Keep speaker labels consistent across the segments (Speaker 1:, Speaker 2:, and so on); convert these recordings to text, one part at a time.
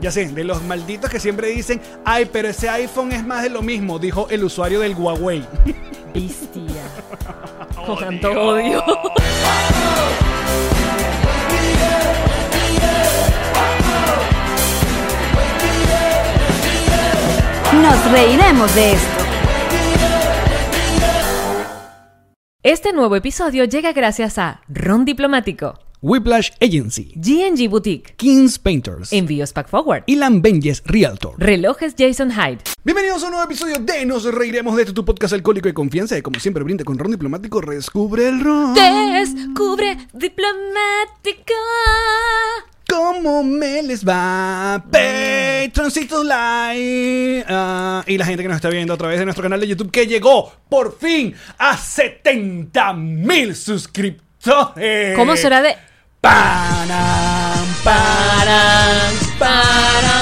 Speaker 1: Ya sé, de los malditos que siempre dicen, ay, pero ese iPhone es más de lo mismo, dijo el usuario del Huawei.
Speaker 2: Bestia. Con tanto odio.
Speaker 3: Nos reiremos de esto.
Speaker 2: Este nuevo episodio llega gracias a Ron Diplomático,
Speaker 1: Whiplash Agency,
Speaker 2: GNG Boutique,
Speaker 1: Kings Painters,
Speaker 2: Envíos Pack Forward,
Speaker 1: Ilan Benjes Realtor.
Speaker 2: Relojes Jason Hyde.
Speaker 1: Bienvenidos a un nuevo episodio de Nos Reiremos de esto, tu podcast alcohólico de confianza. Y como siempre, brinda con ron diplomático, descubre el ron.
Speaker 2: Descubre Diplomático.
Speaker 1: ¿Cómo me les va?
Speaker 2: Mm.
Speaker 1: Patroncitos Live. Ah, y la gente que nos está viendo a través de nuestro canal de YouTube que llegó por fin a 70 mil suscriptores.
Speaker 2: ¿Cómo será de
Speaker 1: Panam, panam, panam,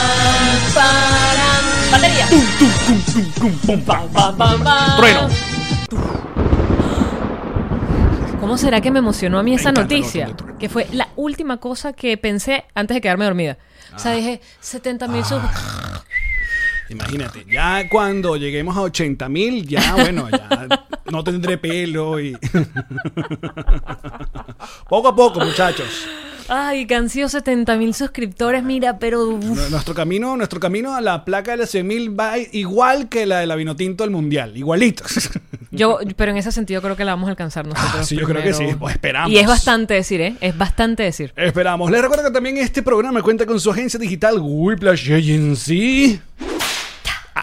Speaker 1: panam.
Speaker 2: batería?
Speaker 1: Tum, tum, tum, tum, tum, pum, pam, pam, pam, pam. Trueno.
Speaker 2: ¿Cómo será que me emocionó a mí esa
Speaker 1: encanta la
Speaker 2: noticia?
Speaker 1: orden de trueno.
Speaker 2: Que fue la última cosa que pensé antes de quedarme dormida. O sea, dije 70 mil sub.
Speaker 1: Imagínate, ya cuando lleguemos a 80 mil, ya bueno, ya no tendré pelo y. poco a poco, muchachos.
Speaker 2: Ay, que han sido 70 mil suscriptores, mira, pero. uf.
Speaker 1: N- Nuestro camino, nuestro camino a la placa de las 100 mil va igual que la de la Vinotinto al Mundial, igualitos.
Speaker 2: Yo, pero en ese sentido creo que la vamos a alcanzar nosotros.
Speaker 1: Ah, sí, yo creo que sí, pues esperamos.
Speaker 2: Y es bastante decir, ¿eh? Es bastante decir.
Speaker 1: Esperamos. Les recuerdo que también este programa cuenta con su agencia digital Whiplash Agency.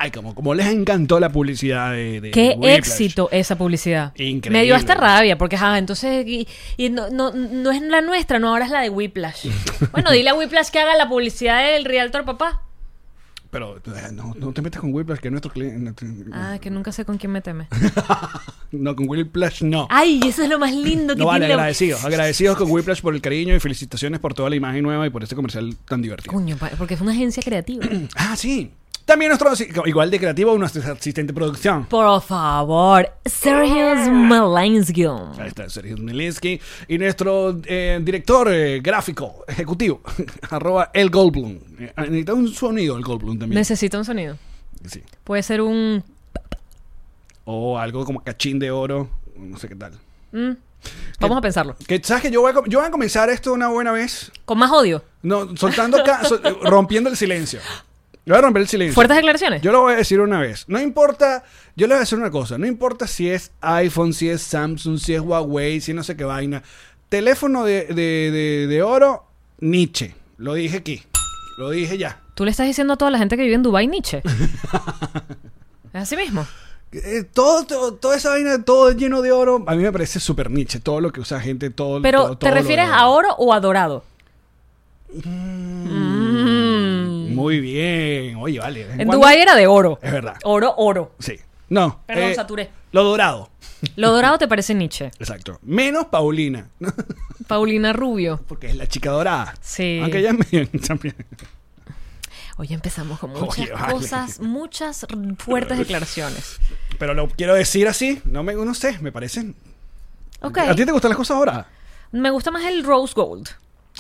Speaker 1: Ay, como, como les encantó la publicidad de, de
Speaker 2: Qué
Speaker 1: Eh, Whiplash.
Speaker 2: éxito esa publicidad.
Speaker 1: Increíble.
Speaker 2: Me dio hasta rabia, porque, ajá, entonces. Y, y no, no, no es la nuestra, no, ahora es la de Whiplash. bueno, dile a Whiplash que haga la publicidad del Realtor, papá.
Speaker 1: Pero eh, no, no te metas con Whiplash, que es nuestro cliente.
Speaker 2: Ah, que nunca sé con quién me teme.
Speaker 1: No, con Whiplash no.
Speaker 2: Ay, eso es lo más lindo que
Speaker 1: No vale,
Speaker 2: tiene la-
Speaker 1: agradecidos. Agradecidos con Whiplash por el cariño y felicitaciones por toda la imagen nueva y por este comercial tan divertido.
Speaker 2: Coño, pa- porque es una agencia creativa.
Speaker 1: Ah, sí. También nuestro, igual de creativo, nuestro asistente de producción.
Speaker 2: Por favor, Sergio Smolensky.
Speaker 1: Ahí está Sergio Milinski y nuestro eh, director eh, gráfico ejecutivo, arroba el Goldblum. Eh, necesita un sonido el Goldblum también.
Speaker 2: Necesita un sonido.
Speaker 1: Sí.
Speaker 2: Puede ser un.
Speaker 1: O algo como cachín de oro, no sé qué tal.
Speaker 2: mm. Vamos a pensarlo.
Speaker 1: Que sabes que yo voy a, com- yo voy a comenzar esto una buena vez,
Speaker 2: Con más odio.
Speaker 1: no, soltando, ca- sol- rompiendo el silencio. Yo voy a romper el silencio.
Speaker 2: Fuertes declaraciones.
Speaker 1: Yo lo voy a decir una vez. No importa, yo le voy a decir una cosa. No importa si es iPhone, si es Samsung, si es Huawei, si no sé qué vaina. Teléfono de, de- de- de oro, Nietzsche. Lo dije aquí. Lo dije ya.
Speaker 2: Tú le estás diciendo a toda la gente que vive en Dubai Nietzsche. es así mismo.
Speaker 1: Eh, todo, todo- toda esa vaina, todo lleno de oro, a mí me parece súper Nietzsche. Todo lo que usa gente, todo.
Speaker 2: Pero,
Speaker 1: todo- todo
Speaker 2: ¿te
Speaker 1: lo
Speaker 2: refieres
Speaker 1: de
Speaker 2: a oro o a dorado? Mm.
Speaker 1: Muy bien. Oye, vale. de vez en
Speaker 2: En
Speaker 1: cuando-
Speaker 2: Dubai era de oro.
Speaker 1: Es verdad.
Speaker 2: Oro, oro.
Speaker 1: Sí. No.
Speaker 2: Perdón,
Speaker 1: eh,
Speaker 2: saturé.
Speaker 1: Lo dorado.
Speaker 2: Lo dorado te parece Nietzsche.
Speaker 1: Exacto. Menos Paulina.
Speaker 2: Paulina Rubio.
Speaker 1: Porque es la chica dorada.
Speaker 2: Sí.
Speaker 1: Aunque ella es medio- también.
Speaker 2: Hoy empezamos con muchas
Speaker 1: Oye, vale.
Speaker 2: cosas, muchas r- fuertes declaraciones.
Speaker 1: Pero lo quiero decir así. No me, no sé, me parecen.
Speaker 2: Ok.
Speaker 1: ¿A ti te gustan las cosas doradas?
Speaker 2: Me gusta más el rose gold.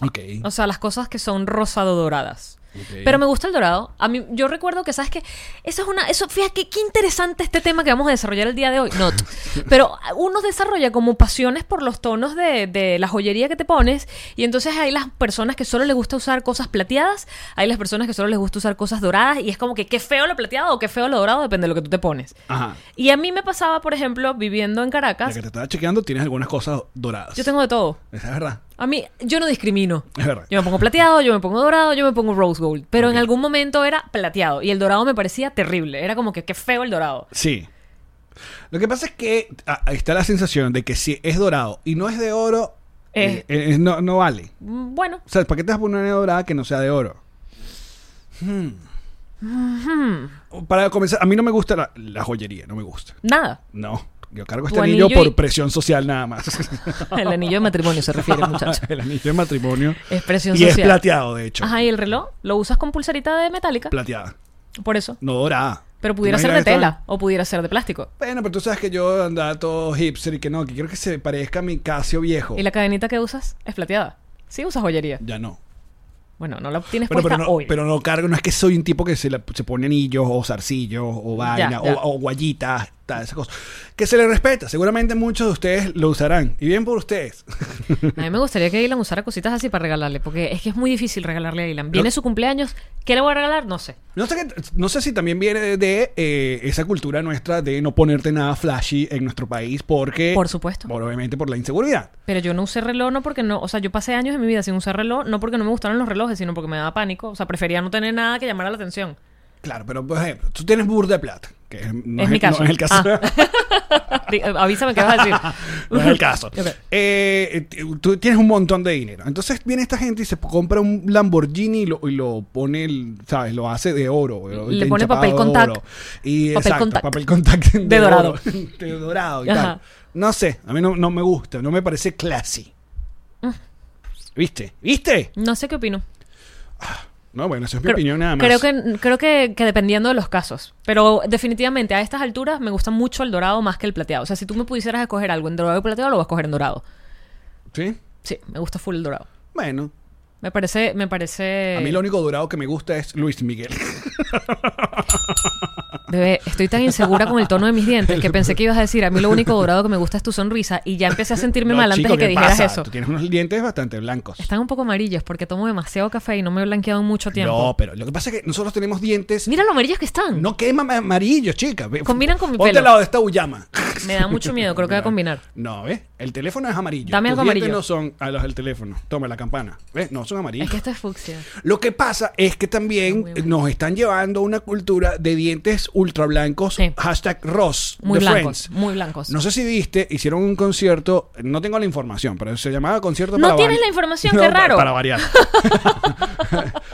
Speaker 1: Ok.
Speaker 2: O sea, las cosas que son rosado doradas. Pero me gusta el dorado. A mí, yo recuerdo que, ¿sabes qué? Eso es una. Eso, fíjate que- qué interesante este tema que vamos a desarrollar el día de hoy. No. Pero uno desarrolla como pasiones por los tonos de, de la joyería que te pones. Y entonces hay las personas que solo les gusta usar cosas plateadas. Hay las personas que solo les gusta usar cosas doradas. Y es como que qué feo lo plateado o qué feo lo dorado, depende de lo que tú te pones.
Speaker 1: Ajá.
Speaker 2: Y a mí me pasaba, por ejemplo, viviendo en
Speaker 1: La
Speaker 2: Caracas.
Speaker 1: que te estaba chequeando tienes algunas cosas doradas.
Speaker 2: Yo tengo de todo.
Speaker 1: Esa es verdad.
Speaker 2: A mí, yo no discrimino.
Speaker 1: Es verdad.
Speaker 2: Yo me pongo plateado, yo me pongo dorado, yo me pongo rose gold. Pero en algún momento era plateado y el dorado me parecía terrible. Era como que qué feo el dorado.
Speaker 1: Sí. Lo que pasa es que ah, está la sensación de que si es dorado y no es de oro,
Speaker 2: Eh,
Speaker 1: Eh, eh, no, no vale.
Speaker 2: Mm, bueno.
Speaker 1: O sea, ¿para qué te vas a poner una moneda dorada que no sea de oro?
Speaker 2: Hmm,
Speaker 1: Para comenzar, a mí no me gusta la, la joyería, no me gusta.
Speaker 2: nada.
Speaker 1: No, yo cargo
Speaker 2: Tu
Speaker 1: este anillo,
Speaker 2: anillo
Speaker 1: por
Speaker 2: y-
Speaker 1: presión social nada más.
Speaker 2: El anillo de matrimonio se refiere, muchacho.
Speaker 1: el anillo de matrimonio.
Speaker 2: Es presión
Speaker 1: y es
Speaker 2: social.
Speaker 1: plateado, de hecho.
Speaker 2: Ajá, y el reloj lo usas con pulserita de metálica.
Speaker 1: Plateada.
Speaker 2: Por eso.
Speaker 1: No dorada.
Speaker 2: Pero pudiera
Speaker 1: ¿Te
Speaker 2: ser de
Speaker 1: imaginas esto?
Speaker 2: tela o pudiera ser de plástico.
Speaker 1: Bueno, pero tú sabes que yo andaba todo hipster y que no, que quiero que se parezca a mi Casio viejo.
Speaker 2: Y la cadenita que usas es plateada. Sí usas joyería.
Speaker 1: Ya no.
Speaker 2: Bueno, no la tienes
Speaker 1: Bueno,
Speaker 2: puesta
Speaker 1: pero, no,
Speaker 2: hoy.
Speaker 1: pero no cargo, no es que soy un tipo que se, la- se pone anillos o zarcillos o vaina
Speaker 2: Ya,
Speaker 1: o-
Speaker 2: ya.
Speaker 1: O, guayitas, tal, esas cosas. Que se le respeta, seguramente muchos de ustedes lo usarán. Y bien por ustedes.
Speaker 2: A mí me gustaría que Ilan usara cositas así para regalarle, porque es que es muy difícil regalarle a Ilan. Viene
Speaker 1: Lo-
Speaker 2: su cumpleaños, ¿qué le voy a regalar? No sé.
Speaker 1: No sé, qué- no sé si también viene de, de, eh, esa cultura nuestra de no ponerte nada flashy en nuestro país porque...
Speaker 2: Por supuesto.
Speaker 1: por- obviamente por la inseguridad.
Speaker 2: Pero yo no usé reloj, no porque no, o sea, yo pasé años de mi vida sin usar reloj, no porque no me gustaron los relojes, sino porque me daba pánico. O sea, prefería no tener nada que llamara la atención.
Speaker 1: Claro, pero por ejemplo, tú tienes burda de plata. Que no
Speaker 2: es, mi caso.
Speaker 1: No es el caso.
Speaker 2: Ah. Di- eh, Avísame qué vas a decir.
Speaker 1: No es el caso.
Speaker 2: Ok.
Speaker 1: Eh, eh, tú tienes un montón de dinero. Entonces viene esta gente y se compra un Lamborghini y lo, y lo pone, el- ¿sabes? Lo hace de oro.
Speaker 2: Le
Speaker 1: de
Speaker 2: pone
Speaker 1: enchapado
Speaker 2: papel
Speaker 1: de
Speaker 2: contact.
Speaker 1: oro. Y,
Speaker 2: Papel
Speaker 1: exacto,
Speaker 2: contact.
Speaker 1: papel contact de,
Speaker 2: De dorado.
Speaker 1: oro. de dorado y
Speaker 2: Ajá.
Speaker 1: tal. No sé, a mí no, no me gusta, no me parece classy.
Speaker 2: Ah.
Speaker 1: ¿Viste? ¿Viste?
Speaker 2: No sé qué opino.
Speaker 1: No, bueno, esa es mi
Speaker 2: Creo-
Speaker 1: opinión nada más.
Speaker 2: Creo que, creo que, que dependiendo de los casos. Pero definitivamente a estas alturas me gusta mucho el dorado más que el plateado. O sea, si tú me pudieras escoger algo en dorado y plateado, lo voy a escoger en dorado.
Speaker 1: ¿Sí?
Speaker 2: Sí, me gusta full el dorado.
Speaker 1: Bueno,
Speaker 2: Me parece, me parece.
Speaker 1: a mí lo único dorado que me gusta es Luis Miguel.
Speaker 2: Bebé, estoy tan insegura con el tono de mis dientes que pensé que ibas a decir, a mí lo único dorado que me gusta es tu sonrisa y ya empecé a sentirme
Speaker 1: No,
Speaker 2: mal antes
Speaker 1: chico,
Speaker 2: de que
Speaker 1: ¿qué
Speaker 2: dijeras
Speaker 1: pasa?
Speaker 2: eso.
Speaker 1: Tú tienes unos dientes bastante blancos.
Speaker 2: Están un poco amarillos porque tomo demasiado café y no me he blanqueado en mucho tiempo.
Speaker 1: No, pero lo que pasa es que nosotros tenemos dientes.
Speaker 2: Mira lo amarillos que están.
Speaker 1: No quema ma- amarillo, chica. Ve-
Speaker 2: Combinan con mi
Speaker 1: Ponte
Speaker 2: pelo.
Speaker 1: al lado de esta uyama.
Speaker 2: Me da mucho miedo, creo que voy a combinar.
Speaker 1: No, ¿ves? El teléfono es amarillo.
Speaker 2: Dame
Speaker 1: Tus
Speaker 2: algo
Speaker 1: dientes
Speaker 2: amarillo.
Speaker 1: no son a los del teléfono. Toma la campana. ¿Ves? No, son amarillos.
Speaker 2: Es que esto es fucsia.
Speaker 1: Lo que pasa es que
Speaker 2: Está
Speaker 1: también
Speaker 2: muy bueno.
Speaker 1: nos están llevando a una cultura de dientes ultra blancos.
Speaker 2: Sí.
Speaker 1: Hashtag Ross.
Speaker 2: Muy
Speaker 1: de
Speaker 2: blancos,
Speaker 1: Friends.
Speaker 2: muy blancos.
Speaker 1: No sé si viste, hicieron un concierto. No tengo la información, pero se llamaba concierto
Speaker 2: No
Speaker 1: para
Speaker 2: tienes
Speaker 1: Van-
Speaker 2: la información,
Speaker 1: No,
Speaker 2: qué
Speaker 1: pa-
Speaker 2: raro.
Speaker 1: Para, variar.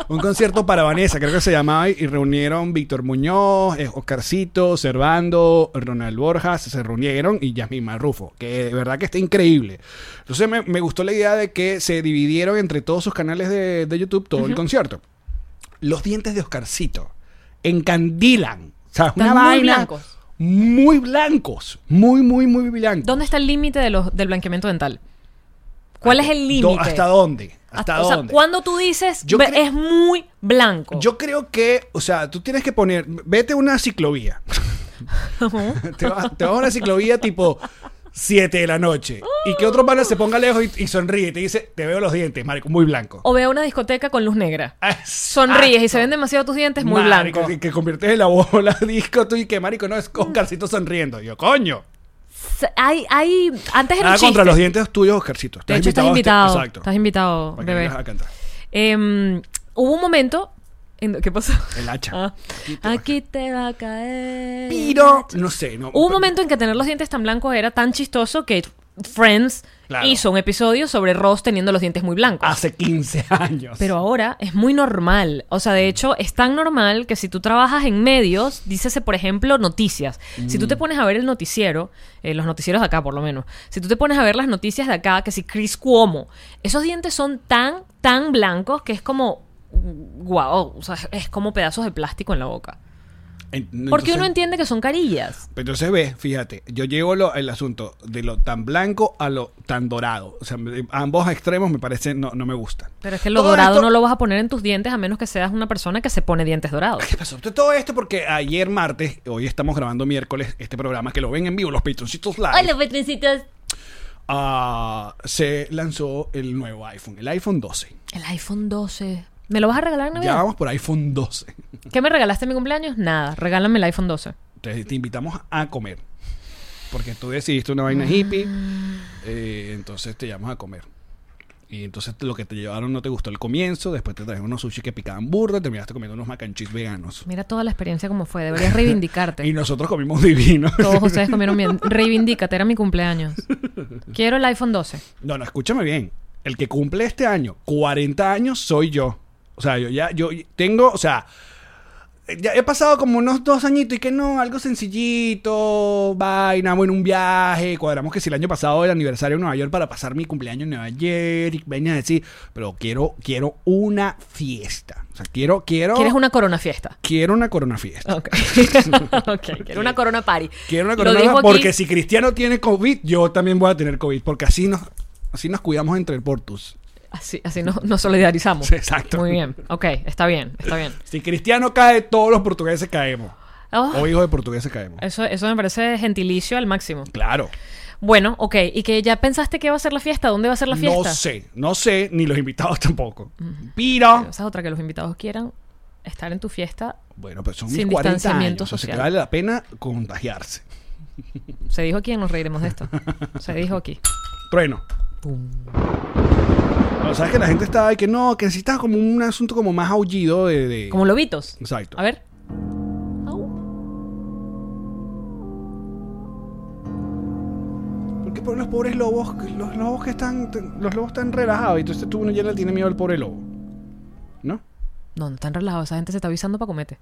Speaker 1: un concierto para Vanessa, creo que se llamaba. Y reunieron Víctor Muñoz, eh, Oscarcito, Servando, Ronald Borjas. Se reunieron y Yasmín Rufo. Que de verdad que está increíble. Entonces me, me gustó la idea de que se dividieron entre todos sus canales de, de YouTube todo el concierto los dientes de Oscarcito encandilan. O sea,
Speaker 2: Están
Speaker 1: una
Speaker 2: muy
Speaker 1: vaina
Speaker 2: blancos.
Speaker 1: Muy blancos. Muy, muy, muy blancos.
Speaker 2: ¿Dónde está el límite de los- del blanqueamiento dental? ¿Cuál es el
Speaker 1: Do-
Speaker 2: límite?
Speaker 1: ¿Hasta dónde? ¿Hasta
Speaker 2: o sea,
Speaker 1: dónde?
Speaker 2: cuando tú dices
Speaker 1: Yo
Speaker 2: "Ve,
Speaker 1: cre-
Speaker 2: es muy blanco.
Speaker 1: Yo creo que, o sea, tú tienes que poner, vete a una ciclovía. te, vas, te vas a una ciclovía tipo 7 de la noche. Y que otro pana se ponga lejos y, y sonríe y te dice, te veo los dientes, marico, muy blanco.
Speaker 2: O veo una discoteca con luz negra. Sonríes y se ven demasiado tus dientes muy
Speaker 1: Ah, Marico,
Speaker 2: blancos.
Speaker 1: Que, que conviertes en la bola disco tú y que, marico, no, es Oscarcito sonriendo. Y Yo, coño.
Speaker 2: S- Hay, hay, antes era un
Speaker 1: Nada
Speaker 2: chiste.
Speaker 1: contra los dientes tuyos, Oscarcito.
Speaker 2: De hecho, estás
Speaker 1: a este-
Speaker 2: invitado.
Speaker 1: exacto.
Speaker 2: Estás invitado,
Speaker 1: Para que
Speaker 2: bebé.
Speaker 1: vengas a cantar.
Speaker 2: Em, hubo un momento. en- ¿Qué pasó?
Speaker 1: El hacha.
Speaker 2: Ah.
Speaker 1: Aquí te va.
Speaker 2: Aquí te va a caer.
Speaker 1: Pero, no sé. No,
Speaker 2: Hubo un momento en que tener los dientes tan blancos era tan chistoso que Friends
Speaker 1: Claro. Ah,
Speaker 2: hizo un episodio sobre Ross teniendo los dientes muy blancos.
Speaker 1: Hace 15 años.
Speaker 2: Pero ahora es muy normal. O sea,
Speaker 1: Mm.
Speaker 2: de hecho, es tan normal que si tú trabajas en medios, dícese, por ejemplo, noticias. Si
Speaker 1: Mm.
Speaker 2: tú te pones a ver el noticiero, eh, los noticieros de acá por lo menos, si tú te pones a ver las noticias de acá, que si Chris Cuomo, esos dientes son tan, tan blancos que es como, wow, o sea, es como pedazos de plástico en la boca.
Speaker 1: En-
Speaker 2: Porque
Speaker 1: entonces-
Speaker 2: uno entiende que son carillas.
Speaker 1: Entonces ves, fíjate, yo llevo lo- el asunto de lo tan blanco a lo tan dorado. O sea, me- ambos extremos me parecen, no, no me gustan.
Speaker 2: Pero es que lo
Speaker 1: Todo
Speaker 2: dorado
Speaker 1: esto-
Speaker 2: no lo vas a poner en tus dientes a menos que seas una persona que se pone dientes dorados.
Speaker 1: ¿Qué pasó? Todo esto porque ayer martes, hoy estamos grabando miércoles, este programa que lo ven en vivo, los Patroncitos Live.
Speaker 2: Hola, petrincitos.
Speaker 1: ah, se lanzó el nuevo iPhone, el iPhone 12.
Speaker 2: El iPhone 12. ¿Me lo vas a regalar en Navidad?
Speaker 1: Ya vamos por iPhone 12.
Speaker 2: ¿Qué me regalaste en mi cumpleaños? Nada, regálame el iPhone 12.
Speaker 1: Te, te invitamos a comer. Porque tú decidiste una vaina hippie. eh, entonces te llamamos a comer. Y entonces lo que te llevaron no te gustó al comienzo, después te trajeron unos sushi que picaban burda, terminaste comiendo unos mac and cheese veganos.
Speaker 2: Mira toda la experiencia como fue. Deberías reivindicarte.
Speaker 1: Y nosotros comimos divino.
Speaker 2: Todos ustedes comieron bien. Reivindícate. Era mi cumpleaños. Quiero el iPhone 12.
Speaker 1: No, no, escúchame bien. El que cumple este año 40 años soy yo. O sea, yo ya, yo tengo, o sea, ya he pasado como unos dos añitos y que no, algo sencillito, vaina, bueno, un viaje. Cuadramos que si el año pasado el aniversario en Nueva York para pasar mi cumpleaños en Nueva York, y venía a decir, pero quiero, quiero una fiesta. O sea, quiero, quiero.
Speaker 2: ¿Quieres una corona fiesta?
Speaker 1: Quiero una corona fiesta.
Speaker 2: Ok. ok. Quiero una corona party.
Speaker 1: Quiero una
Speaker 2: Lo
Speaker 1: corona
Speaker 2: dijo aquí-
Speaker 1: porque si Cristiano tiene COVID, yo también voy a tener COVID, porque así nos, así nos cuidamos entre el portus.
Speaker 2: Así, así nos, nos solidarizamos.
Speaker 1: Sí, exacto.
Speaker 2: Muy bien. Ok. Está bien. Está bien.
Speaker 1: Si Cristiano cae, todos los portugueses caemos.
Speaker 2: Oh,
Speaker 1: O hijos de portugueses caemos.
Speaker 2: eso, eso me parece gentilicio al máximo.
Speaker 1: Claro.
Speaker 2: Bueno, ok. ¿Y que ya pensaste que va a ser la fiesta? ¿Dónde va a ser la fiesta?
Speaker 1: No sé, no sé, ni los invitados tampoco. Pero,
Speaker 2: Esa es otra que los invitados quieran estar en tu fiesta.
Speaker 1: bueno, pues son mis
Speaker 2: Sin
Speaker 1: 40 años.
Speaker 2: distanciamiento
Speaker 1: O sea, se te
Speaker 2: social.
Speaker 1: vale la pena contagiarse.
Speaker 2: Se dijo aquí, y nos reiremos de esto. Se dijo aquí.
Speaker 1: Trueno. O sea, es que la gente estaba ahí que no, que necesitas como un asunto como más aullido de... de-
Speaker 2: Como lobitos.
Speaker 1: Exacto.
Speaker 2: A ver.
Speaker 1: Porque por los pobres lobos, los lobos que están, los lobos están relajados y entonces tú uno ya le tiene miedo al pobre lobo. ¿No?
Speaker 2: No, no están relajados. Esa gente se está avisando para comete.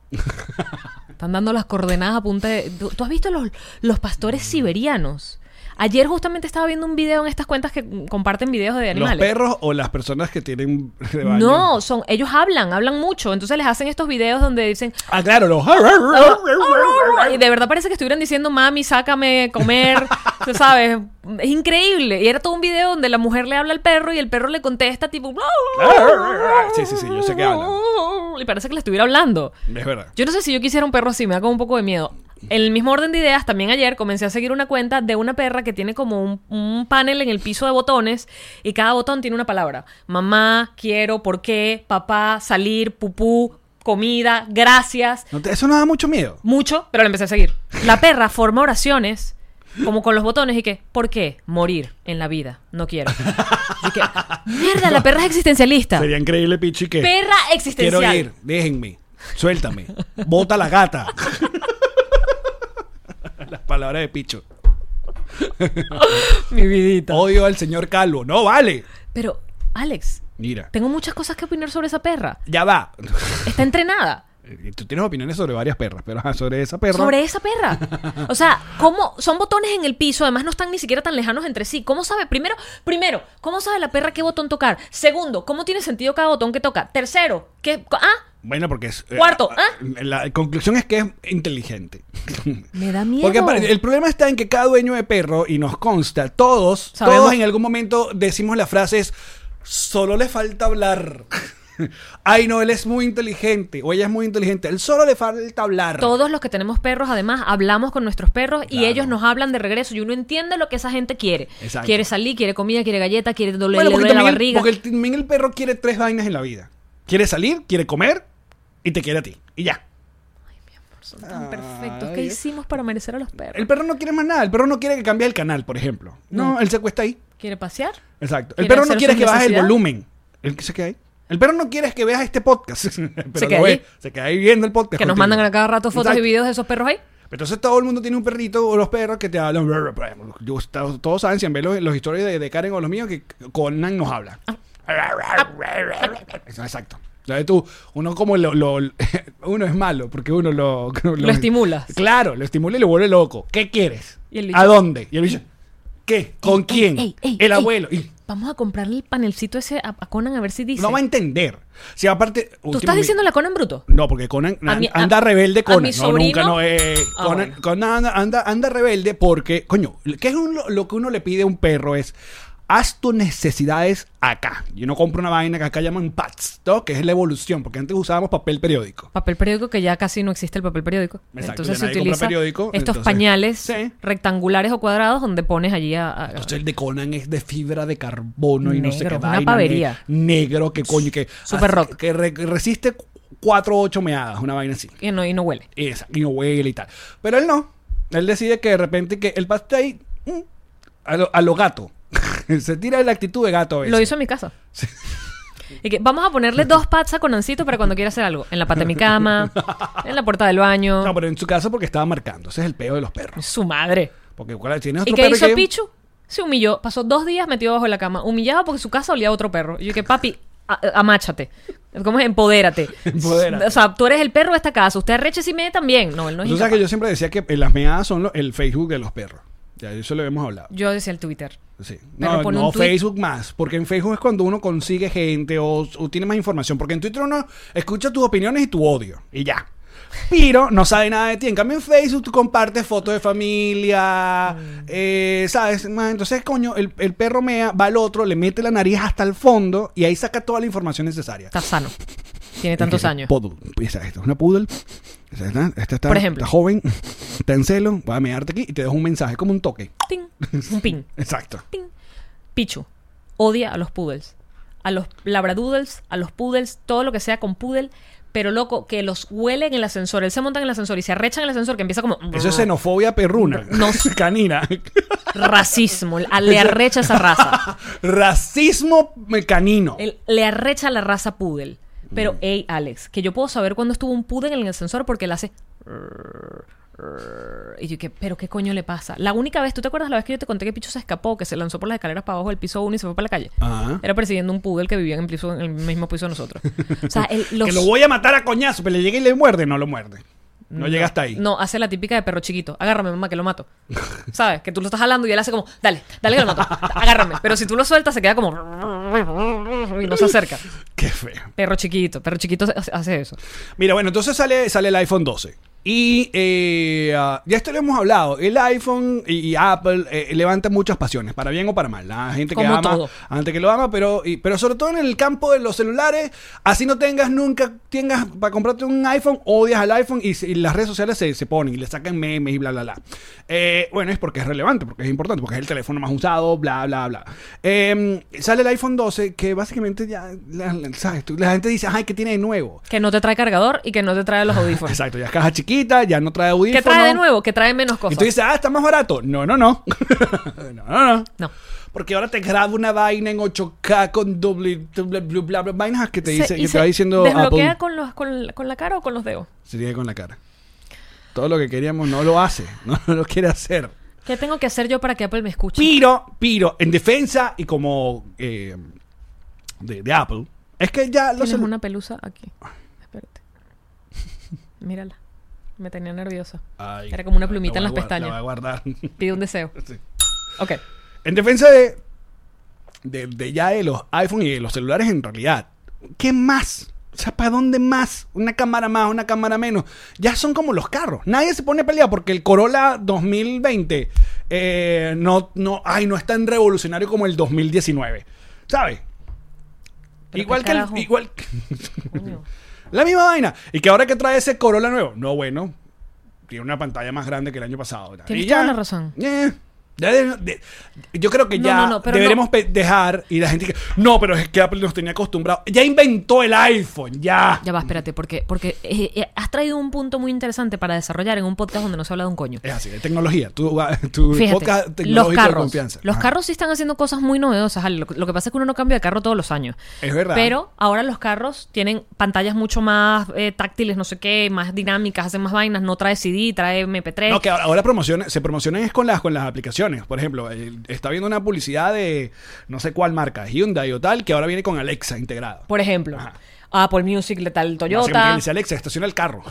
Speaker 2: están dando las coordenadas a punta de... ¿Tú, tú has visto los, los pastores siberianos? Ayer justamente estaba viendo un video en estas cuentas que mm, comparten videos de
Speaker 1: Los
Speaker 2: animales.
Speaker 1: perros o las personas que tienen rebaño.
Speaker 2: No, son ellos hablan, hablan mucho. Entonces les hacen estos videos donde dicen,
Speaker 1: Ah, claro, los...
Speaker 2: Y de verdad parece que estuvieran diciendo, mami, sácame comer. Tú sabes, es increíble. Y era todo un video donde la mujer le habla al perro y el perro le contesta tipo...
Speaker 1: Sí, sí, sí, yo sé que hablan.
Speaker 2: Y parece que le estuviera hablando.
Speaker 1: Es verdad.
Speaker 2: Yo no sé si yo quisiera un perro así, me da como un poco de miedo. En el mismo orden de ideas, también ayer comencé a seguir una cuenta de una perra que tiene como un, un panel en el piso de botones y cada botón tiene una palabra. Mamá, quiero, por qué, papá, salir, pupú, comida, gracias.
Speaker 1: No te- eso no da mucho miedo.
Speaker 2: Mucho, pero la empecé a seguir. La perra forma oraciones como con los botones y que, ¿por qué morir en la vida? No quiero. Así que, mierda, la perra es existencialista.
Speaker 1: Sería increíble, Pichi, que...
Speaker 2: Perra existencial.
Speaker 1: Quiero ir, déjenme, suéltame, bota la gata. Las palabras de Picho.
Speaker 2: Mi vidita.
Speaker 1: Odio al señor Calvo. No vale.
Speaker 2: Pero, Alex,
Speaker 1: Mira,
Speaker 2: tengo muchas cosas que opinar sobre esa perra.
Speaker 1: ya va.
Speaker 2: Está entrenada.
Speaker 1: Tú tienes opiniones sobre varias perras, pero ajá, sobre esa perra.
Speaker 2: Sobre esa perra. O sea, ¿cómo son botones en el piso? Además, no están ni siquiera tan lejanos entre sí. ¿Cómo sabe? Primero, primero, ¿cómo sabe la perra qué botón tocar? Segundo, ¿cómo tiene sentido cada botón que toca? Tercero, ¿qué? Ah,
Speaker 1: Bueno, porque es. eh,
Speaker 2: Cuarto,
Speaker 1: ah,
Speaker 2: ¿ah?
Speaker 1: La conclusión es que es inteligente.
Speaker 2: me da miedo.
Speaker 1: Porque apare- el problema está en que cada dueño de perro, y nos consta, todos,
Speaker 2: Sabemos.
Speaker 1: todos en algún momento decimos las frases, solo le falta hablar. Ay, no, él es muy inteligente, o ella es muy inteligente, él solo le falta hablar.
Speaker 2: Todos los que tenemos perros, además, hablamos con nuestros perros y
Speaker 1: Claro.
Speaker 2: ellos nos hablan de regreso y uno entiende lo que esa gente quiere.
Speaker 1: Exacto.
Speaker 2: Quiere salir, quiere comida, quiere galleta, quiere doler,
Speaker 1: Bueno,
Speaker 2: le
Speaker 1: porque
Speaker 2: duele la
Speaker 1: también, el,
Speaker 2: barriga.
Speaker 1: porque el- también el perro quiere tres vainas en la vida. Quiere salir, quiere comer y te quiere a ti. Y ya.
Speaker 2: Son tan perfectos.
Speaker 1: Ay,
Speaker 2: ¿Qué
Speaker 1: eh.
Speaker 2: hicimos para merecer a los perros?
Speaker 1: El perro no quiere más nada. El perro no quiere que cambie el canal, por ejemplo. No, él se acuesta ahí.
Speaker 2: ¿Quiere pasear?
Speaker 1: Exacto. El
Speaker 2: Quiere
Speaker 1: perro no
Speaker 2: hacer
Speaker 1: quiere
Speaker 2: sus
Speaker 1: que bajes el
Speaker 2: necesidades.
Speaker 1: volumen. El que se queda ahí. El perro no quiere que veas este podcast. Pero
Speaker 2: Se queda
Speaker 1: lo ve.
Speaker 2: ahí.
Speaker 1: Se queda ahí viendo el podcast.
Speaker 2: Que nos
Speaker 1: contigo.
Speaker 2: mandan a cada rato fotos y
Speaker 1: Exacto.
Speaker 2: videos de esos perros ahí.
Speaker 1: Entonces todo el mundo tiene un perrito o los perros que te hablan. Yo- to- Todos saben, si han visto los, los historias de, de Karen o los míos, que Conan nos habla.
Speaker 2: Ah.
Speaker 1: Exacto. ¿Sabes tú? Uno como lo, lo- uno es malo porque uno lo... Lo,
Speaker 2: estimulas.
Speaker 1: Claro, lo estimula y lo vuelve loco. ¿Qué quieres?
Speaker 2: Y el bicho-
Speaker 1: ¿A dónde? Y el bicho, ¿Qué? ¿Con
Speaker 2: Ey,
Speaker 1: quién?
Speaker 2: ey, ey,
Speaker 1: el
Speaker 2: ey.
Speaker 1: abuelo. Y
Speaker 2: Vamos a comprarle el panelcito ese a, a Conan a ver si dice.
Speaker 1: no va a entender. Si aparte...
Speaker 2: ¿Tú estás diciendo la Conan bruto?
Speaker 1: No, porque Conan
Speaker 2: A
Speaker 1: an-
Speaker 2: mi- a-
Speaker 1: anda rebelde
Speaker 2: a
Speaker 1: Conan.
Speaker 2: mi
Speaker 1: no, nunca
Speaker 2: sobrino-
Speaker 1: no eh,
Speaker 2: Ah,
Speaker 1: Conan,
Speaker 2: bueno.
Speaker 1: Conan anda, anda, anda rebelde porque, coño, ¿qué es un- lo- lo que uno le pide a un perro? Es haz tus necesidades acá. Yo no compro una vaina que acá llaman pads, ¿no? que es la evolución, porque antes usábamos papel periódico.
Speaker 2: Papel periódico que ya casi no existe el papel periódico.
Speaker 1: Exacto,
Speaker 2: entonces
Speaker 1: ya
Speaker 2: se
Speaker 1: nadie compra
Speaker 2: utiliza
Speaker 1: periódico,
Speaker 2: estos
Speaker 1: entonces-
Speaker 2: pañales
Speaker 1: Sí.
Speaker 2: rectangulares o cuadrados donde pones allí a, a-
Speaker 1: Entonces el de Conan es de fibra de carbono y no sé qué
Speaker 2: Negro, una
Speaker 1: vaina,
Speaker 2: pavería.
Speaker 1: ne- negro, que coño, que,
Speaker 2: Super
Speaker 1: hace-
Speaker 2: rock.
Speaker 1: que re- que resiste 4 o 8 meadas, una vaina así.
Speaker 2: y no, y no huele.
Speaker 1: Esa, y no huele y tal. Pero él no. Él decide que de repente que el pastel mm, a lo, a lo gato. se tira la actitud de gato. a veces.
Speaker 2: Lo hizo en mi casa. Y que vamos a ponerle dos patas a Conancito para cuando quiera hacer algo. En la pata de mi cama, en la puerta del baño.
Speaker 1: No, pero en su casa porque estaba marcando. Ese es el peo de los perros.
Speaker 2: Su madre.
Speaker 1: Porque ¿cuál- tienes
Speaker 2: ¿Y
Speaker 1: otro
Speaker 2: qué
Speaker 1: perro
Speaker 2: hizo
Speaker 1: que-
Speaker 2: Pichu? Se humilló. Pasó dos días metido bajo la cama. Humillado porque su casa olía a otro perro. Y yo que, papi, a- amáchate. ¿Cómo es? Empodérate.
Speaker 1: Empodérate.
Speaker 2: O sea, tú eres el perro de esta casa. Usted arreche si me también. No, él no es
Speaker 1: Tú sabes que
Speaker 2: incapaz.
Speaker 1: yo siempre decía que eh, las meadas son lo- el Facebook de los perros. Ya, de eso lo hemos hablado.
Speaker 2: yo... decía el Twitter.
Speaker 1: Sí.
Speaker 2: Pero
Speaker 1: No,
Speaker 2: pon
Speaker 1: no,
Speaker 2: un tuit.
Speaker 1: Facebook más. Porque en Facebook es cuando uno consigue gente o, o tiene más información. Porque en Twitter uno escucha tus opiniones y tu odio. Y ya. Pero no sabe nada de ti. En cambio, en Facebook tú compartes fotos de familia.
Speaker 2: Mm.
Speaker 1: eh, ¿Sabes? Ma, Entonces, coño, el, el perro mea, va al otro, le mete la nariz hasta el fondo y ahí saca toda la información necesaria.
Speaker 2: Está sano. Tiene tantos
Speaker 1: Esa
Speaker 2: años.
Speaker 1: Poodle. Esa- esta es una poodle. Esa- Esta, esta está,
Speaker 2: Por ejemplo.
Speaker 1: está joven, está en celo, va a mearte aquí y te dejo un mensaje, como un toque.
Speaker 2: Ting. Un pin.
Speaker 1: Exacto.
Speaker 2: Pichu odia a los poodles, a los labradoodles, a los poodles, todo lo que sea con poodle, pero loco, que los huele en el ascensor. Él se monta en el ascensor y se arrecha en el ascensor que empieza como.
Speaker 1: Eso es xenofobia perruna.
Speaker 2: No.
Speaker 1: Canina.
Speaker 2: Racismo. a- Le arrecha esa raza.
Speaker 1: Racismo canino.
Speaker 2: Él- le arrecha la raza poodle.
Speaker 1: Mm.
Speaker 2: Pero, hey, Alex, que yo puedo saber cuándo estuvo un poodle en el ascensor porque él hace. Y yo, que, ¿pero qué coño le pasa? La única vez, ¿tú te acuerdas la vez que yo te conté que Pichu se escapó, que se lanzó por las escaleras para abajo del piso 1 y se fue para la calle?
Speaker 1: Ajá.
Speaker 2: Era persiguiendo un poodle que vivía en el, piso- en el mismo piso de nosotros. O sea, él- los-
Speaker 1: Que lo voy a matar a coñazo, pero le llega y le muerde. No lo muerde. No, llega hasta ahí.
Speaker 2: No, hace la típica de perro chiquito. Agárrame, mamá, que lo mato. ¿Sabes? Que tú lo estás jalando y él hace como, dale, dale que lo mato. Agárrame. Pero si tú lo sueltas, se queda como. Y no se acerca.
Speaker 1: Qué feo.
Speaker 2: Perro chiquito, perro chiquito hace- hace eso.
Speaker 1: Mira, bueno, entonces sale, sale el iPhone 12. Y eh, ah, ya esto lo hemos hablado. El iPhone y, y Apple eh, levantan muchas pasiones, para bien o para mal. La gente que
Speaker 2: Como
Speaker 1: ama,
Speaker 2: todo.
Speaker 1: la gente que lo ama, pero, y- pero sobre todo en el campo de los celulares, así no tengas nunca, tengas para comprarte un iPhone, odias al iPhone y, se- y las redes sociales se, se ponen y le sacan memes y bla, bla, bla. Eh, bueno, es porque es relevante, porque es importante, porque es el teléfono más usado, bla, bla, bla. Eh, sale el iPhone 12, que básicamente ya, la, la- ¿sabes? Tú- la gente dice, ay, ¿qué tiene de nuevo?
Speaker 2: Que no te trae cargador y que no te trae los audífonos.
Speaker 1: Exacto, ya es caja chiquita, ya no trae audífono.
Speaker 2: ¿Qué trae de nuevo? Pues. pues. Que trae menos
Speaker 1: Y
Speaker 2: cosas.
Speaker 1: tú dices, ah, está más barato. No, no, no. no, no, no.
Speaker 2: No.
Speaker 1: Porque ahora te graba una vaina en 8K con doble, doble- bla, bla, bla, vainas que te,
Speaker 2: Se-
Speaker 1: dice,
Speaker 2: y
Speaker 1: que
Speaker 2: se
Speaker 1: te va diciendo
Speaker 2: ¿Desbloquea
Speaker 1: Apple.
Speaker 2: Con, los, con, con la cara o con los dedos?
Speaker 1: Se tiene con la cara. Todo lo que queríamos no lo hace, no lo quiere hacer.
Speaker 2: ¿Qué tengo que hacer yo para que Apple me escuche?
Speaker 1: Piro, piro, en defensa y como eh, de, de Apple. Es que ya los
Speaker 2: Tienes
Speaker 1: celu-
Speaker 2: una pelusa aquí. Espérate. Mírala. Me tenía nerviosa.
Speaker 1: Ay,
Speaker 2: Era como una
Speaker 1: la-
Speaker 2: plumita
Speaker 1: la
Speaker 2: en las
Speaker 1: voy a guar- la
Speaker 2: pestañas.
Speaker 1: voy a guardar.
Speaker 2: Pide un deseo.
Speaker 1: Sí.
Speaker 2: Ok.
Speaker 1: En defensa de, de, de ya de los iPhone y de los celulares en realidad, ¿qué más? O sea, ¿para dónde más? Una cámara más, una cámara menos. Ya son como los carros. Nadie se pone a pelear porque el Corolla 2020 eh, no, no, ay, no es tan revolucionario como el 2019. ¿Sabes?
Speaker 2: Pero
Speaker 1: Igual
Speaker 2: qué
Speaker 1: que, el,
Speaker 2: carajo.
Speaker 1: igual que-
Speaker 2: Coño.
Speaker 1: La misma vaina. Y que ahora que trae ese Corolla nuevo. No, bueno. Tiene una pantalla más grande que el año pasado.
Speaker 2: Tienes
Speaker 1: Y ya.
Speaker 2: toda la razón.
Speaker 1: Eh, ya de- de- yo creo que
Speaker 2: No,
Speaker 1: ya
Speaker 2: no, no, pero
Speaker 1: deberemos
Speaker 2: no.
Speaker 1: pe- dejar y la gente que no, pero es que Apple nos tenía acostumbrado. Ya inventó el iPhone, ya.
Speaker 2: Ya va, espérate, porque, porque eh, eh, has traído un punto muy interesante para desarrollar en un podcast donde no se habla de un coño.
Speaker 1: Es así, de tecnología. Tu, tu podcast
Speaker 2: Fíjate,
Speaker 1: tecnológico
Speaker 2: los
Speaker 1: de
Speaker 2: carros.
Speaker 1: confianza. Ah,
Speaker 2: Los
Speaker 1: Ajá.
Speaker 2: carros sí están haciendo cosas muy novedosas. Ale. Lo, lo que pasa es que uno no cambia de carro todos los años.
Speaker 1: Es verdad.
Speaker 2: Pero ahora los carros tienen pantallas mucho más eh, táctiles, no sé qué, más dinámicas, hacen más vainas, no trae CD, trae MP3.
Speaker 1: No, que ahora, ahora promociona- se promocionan es con las, con las aplicaciones. Por ejemplo, el- está viendo una publicidad de no sé cuál marca, Hyundai o tal, que ahora viene con Alexa integrado.
Speaker 2: Por ejemplo,
Speaker 1: Ajá.
Speaker 2: Apple Music, le tal
Speaker 1: Básicamente le
Speaker 2: Toyota.
Speaker 1: dice Alexa, estaciona el carro.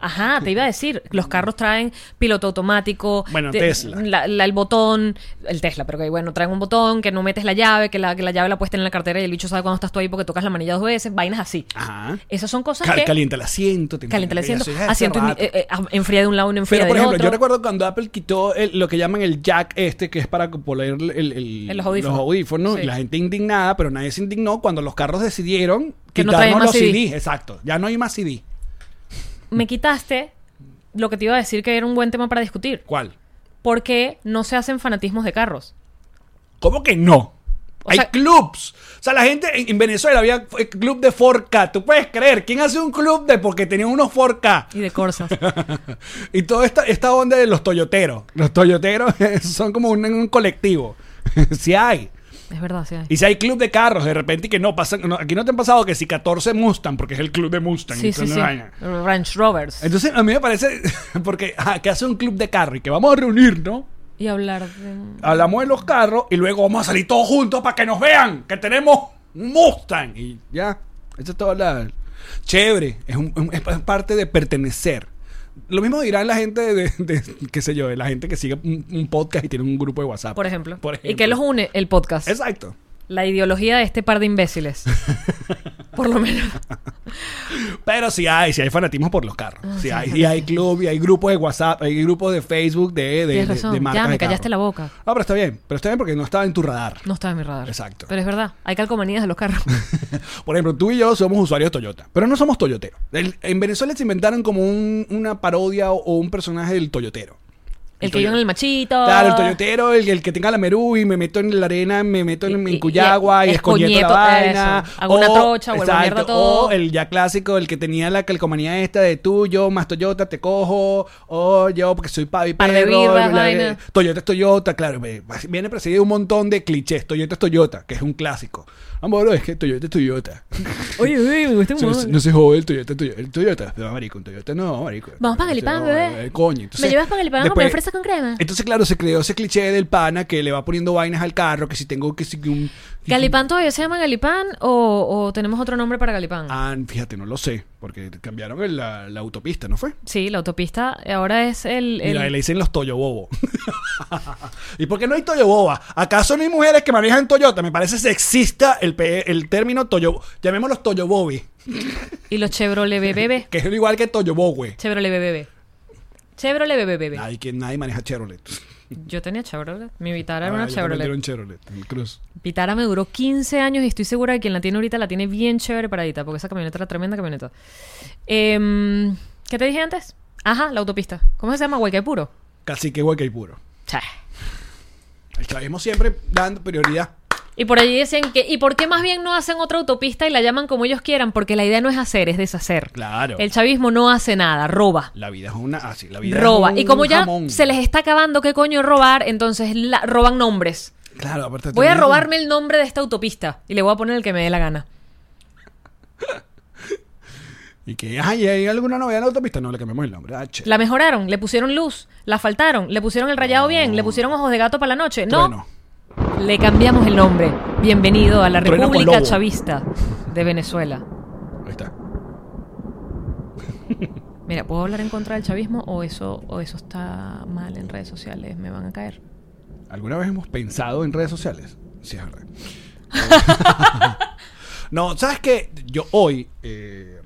Speaker 2: Ajá, te iba a decir, los carros traen piloto automático.
Speaker 1: Bueno,
Speaker 2: te-
Speaker 1: Tesla.
Speaker 2: la- la- el botón, el Tesla, pero que bueno, traen un botón, que no metes la llave, que la, que la llave la puedes tener en la cartera y el bicho sabe cuando estás tú ahí porque tocas la manilla dos veces, vainas así.
Speaker 1: Ajá.
Speaker 2: Esas son cosas
Speaker 1: Cal-
Speaker 2: que...
Speaker 1: Calienta el asiento. te-
Speaker 2: Calienta el asiento,
Speaker 1: Eso ya es hace
Speaker 2: asiento in-
Speaker 1: rato.
Speaker 2: eh, eh, a- enfría de un lado, no enfría
Speaker 1: Pero, por
Speaker 2: del
Speaker 1: ejemplo,
Speaker 2: otro.
Speaker 1: yo recuerdo cuando Apple quitó el- lo que llaman el jack este, que es para poner el, el-
Speaker 2: En los audífonos.
Speaker 1: audífonos,
Speaker 2: Sí.
Speaker 1: y la gente indignada, pero nadie se indignó cuando los carros decidieron
Speaker 2: Que no
Speaker 1: quitarnos
Speaker 2: traen más
Speaker 1: los
Speaker 2: CD.
Speaker 1: Exacto, ya no hay más CD.
Speaker 2: Me quitaste lo que te iba a decir que era un buen tema para discutir.
Speaker 1: ¿Cuál?
Speaker 2: Porque no se hacen fanatismos de carros.
Speaker 1: ¿Cómo que no?
Speaker 2: O
Speaker 1: hay
Speaker 2: sea-
Speaker 1: clubs. O sea, la gente en, en Venezuela había eh, club de 4K. ¿Tú puedes creer? ¿Quién hace un club de porque tenía unos 4K?
Speaker 2: Y de corsas.
Speaker 1: Y toda esta, esta onda de los toyoteros. Los toyoteros son como un, un colectivo. si hay.
Speaker 2: Es verdad, sí. hay.
Speaker 1: Y si hay club de carros, de repente, y que no pasan. no, aquí no te han pasado que si 14 Mustang, porque es el club de Mustang.
Speaker 2: Sí, sí,
Speaker 1: entonces,
Speaker 2: sí.
Speaker 1: vaina.
Speaker 2: Ranch Rovers.
Speaker 1: Entonces, a mí me parece. Porque, ah, que hace un club de carro y que vamos a reunirnos.
Speaker 2: Y hablar de...
Speaker 1: Hablamos de los carros y luego vamos a salir todos juntos para que nos vean que tenemos un Mustang. Y ya. Eso es todo. La... Chévere. Es, un- un- es pa- parte de pertenecer. Lo mismo dirán la gente de, de- qué sé yo, de la gente que sigue un, un podcast y tiene un grupo de WhatsApp.
Speaker 2: Por ejemplo. Y que los une el podcast.
Speaker 1: Exacto.
Speaker 2: La ideología de este par de imbéciles. Por lo menos.
Speaker 1: Pero si hay, si hay fanatismo por los carros.
Speaker 2: Ah,
Speaker 1: si hay, y hay club, y hay grupos de WhatsApp, hay grupos de Facebook, de, de,
Speaker 2: Tienes
Speaker 1: de-
Speaker 2: razón.
Speaker 1: de marcas
Speaker 2: ya, me
Speaker 1: de
Speaker 2: callaste
Speaker 1: carro.
Speaker 2: la boca.
Speaker 1: No, pero está bien. Pero está bien porque no estaba en tu radar.
Speaker 2: No estaba en mi radar.
Speaker 1: Exacto.
Speaker 2: Pero es verdad. Hay calcomanías de los carros.
Speaker 1: Por ejemplo, tú y yo somos usuarios de Toyota, pero no somos toyoteros. El- en Venezuela se inventaron como un- una parodia o, o un personaje del toyotero.
Speaker 2: El que iba en el machito.
Speaker 1: Claro, el toyotero, el, el que tenga la merú y me meto en la arena, me meto en,
Speaker 2: Y-
Speaker 1: en
Speaker 2: y-
Speaker 1: Cuyagua y,
Speaker 2: y
Speaker 1: escoñeto la
Speaker 2: escoñeto,
Speaker 1: vaina.
Speaker 2: eso. Hago una trocha, vuelvo
Speaker 1: exacto,
Speaker 2: mierda todo.
Speaker 1: O el ya clásico, el que tenía la calcomanía esta de tú, yo, más Toyota, te cojo. O yo, porque soy pavi
Speaker 2: Par de
Speaker 1: perro,
Speaker 2: birras,
Speaker 1: la-
Speaker 2: vaina.
Speaker 1: Toyota es Toyota, claro. ve- Viene precedido de un montón de clichés. Toyota es Toyota, que es un clásico. Amor, es que Toyota es Toyota.
Speaker 2: Oye, oye, me gusta un
Speaker 1: No,
Speaker 2: montón.
Speaker 1: se- no se jode el Toyota, el Toyota, el Toyota. No, marico, un Toyota no, marico.
Speaker 2: Vamos pa'
Speaker 1: Galipán,
Speaker 2: Galipán, bebé.
Speaker 1: eh, Coño. Entonces,
Speaker 2: ¿Me llevas pa' Galipán a
Speaker 1: después-
Speaker 2: comer fresa con crema?
Speaker 1: Entonces, claro, se creó ese cliché del pana que le va poniendo vainas al carro, que si tengo que si un...
Speaker 2: ¿Galipán todavía se llama Galipán o, o tenemos otro nombre para Galipán?
Speaker 1: Ah, fíjate, no lo sé, porque cambiaron el- la, la autopista, ¿no fue?
Speaker 2: Sí, la autopista ahora es el... el-
Speaker 1: Mira, le dicen los Toyobobos. ¿Y por qué no hay Toyobobas? ¿Acaso no hay mujeres que manejan Toyota? Me parece sexista el, pe- el término Toyo... Llamémoslos Toyobobis,
Speaker 2: Y los Chevrolet BBB.
Speaker 1: que es igual que Toyobowe.
Speaker 2: Chevrolet BBB. Chevrolet BBB.
Speaker 1: Nadie, que- nadie maneja Chevrolet.
Speaker 2: Yo tenía Chevrolet. Mi Vitara era
Speaker 1: Ahora
Speaker 2: una
Speaker 1: ya me
Speaker 2: Chevrolet.
Speaker 1: metieron Chevrolet, en el Cruz.
Speaker 2: Vitara me duró 15 años y estoy segura de que quien la tiene ahorita la tiene bien chévere paradita, porque esa camioneta era tremenda camioneta. Em, ¿Qué te dije antes? Ajá, la autopista. ¿Cómo se llama? Guaycaipuro.
Speaker 1: Casi que hueca y puro.
Speaker 2: Chá.
Speaker 1: El chavismo siempre dando prioridad.
Speaker 2: Y por allí decían que, ¿y por qué más bien no hacen otra autopista y la llaman como ellos quieran? Porque la idea no es hacer, es deshacer.
Speaker 1: Claro.
Speaker 2: El chavismo no hace nada, roba.
Speaker 1: La vida es una. Ah, sí, la vida
Speaker 2: Roba.
Speaker 1: es un
Speaker 2: Y como ya
Speaker 1: jamón.
Speaker 2: se les está acabando qué coño robar, entonces la- roban nombres.
Speaker 1: Claro, aparte.
Speaker 2: Voy a
Speaker 1: también-
Speaker 2: robarme el nombre de esta autopista y le voy a poner el que me dé la gana.
Speaker 1: Y que, ay, ¿hay alguna novedad en la autopista? No, le cambiamos el nombre. Ah, che.
Speaker 2: La mejoraron, le pusieron luz, la faltaron, le pusieron el rayado bien, le pusieron ojos de gato para la noche.
Speaker 1: Trueno.
Speaker 2: No, le cambiamos el nombre. Bienvenido a la
Speaker 1: Trueno con
Speaker 2: República
Speaker 1: lobo.
Speaker 2: Chavista de Venezuela.
Speaker 1: Ahí está.
Speaker 2: Mira, ¿puedo hablar en contra del chavismo o eso, o eso está mal en redes sociales? Me van a caer.
Speaker 1: ¿Alguna vez hemos pensado en redes sociales? Sí, es verdad. no, ¿sabes qué? Yo hoy eh,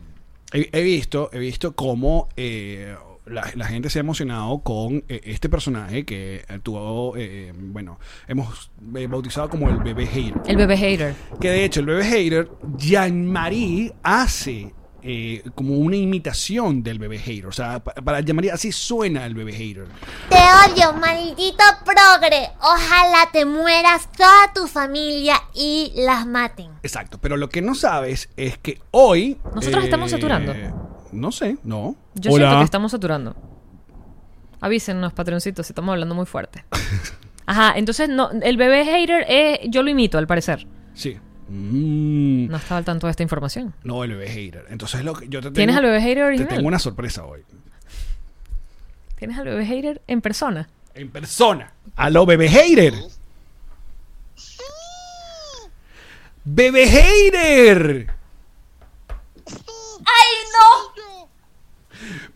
Speaker 1: he, he visto, he visto cómo eh, la, la gente se ha emocionado con eh, este personaje que actuó, eh, bueno, hemos eh, bautizado como el bebé Hero.
Speaker 2: El bebé hater.
Speaker 1: Que de hecho, el bebé hater, Jean-Marie hace eh, como una imitación del bebé hater. O sea, pa- para Jean-Marie así suena el bebé hater.
Speaker 4: Te odio, maldito progre. Ojalá te mueras toda tu familia y las maten.
Speaker 1: Exacto. Pero lo que no sabes es que hoy. eh,
Speaker 2: Nosotros estamos saturando.
Speaker 1: No sé, no.
Speaker 2: Yo siento que estamos saturando. Avísennos, patroncitos, si estamos hablando muy fuerte. Ajá, entonces no, el bebé hater es, yo lo imito, al parecer.
Speaker 1: Sí. Mm,
Speaker 2: No estaba al tanto de esta información.
Speaker 1: no, el bebé hater. Entonces, lo que yo te tengo,
Speaker 2: ¿Tienes al bebé hater
Speaker 1: Te
Speaker 2: original?
Speaker 1: tengo una sorpresa hoy.
Speaker 2: ¿Tienes al bebé hater en persona?
Speaker 1: En persona. A lo bebé hater. ¡Bebé hater!
Speaker 4: ¡Ay, no!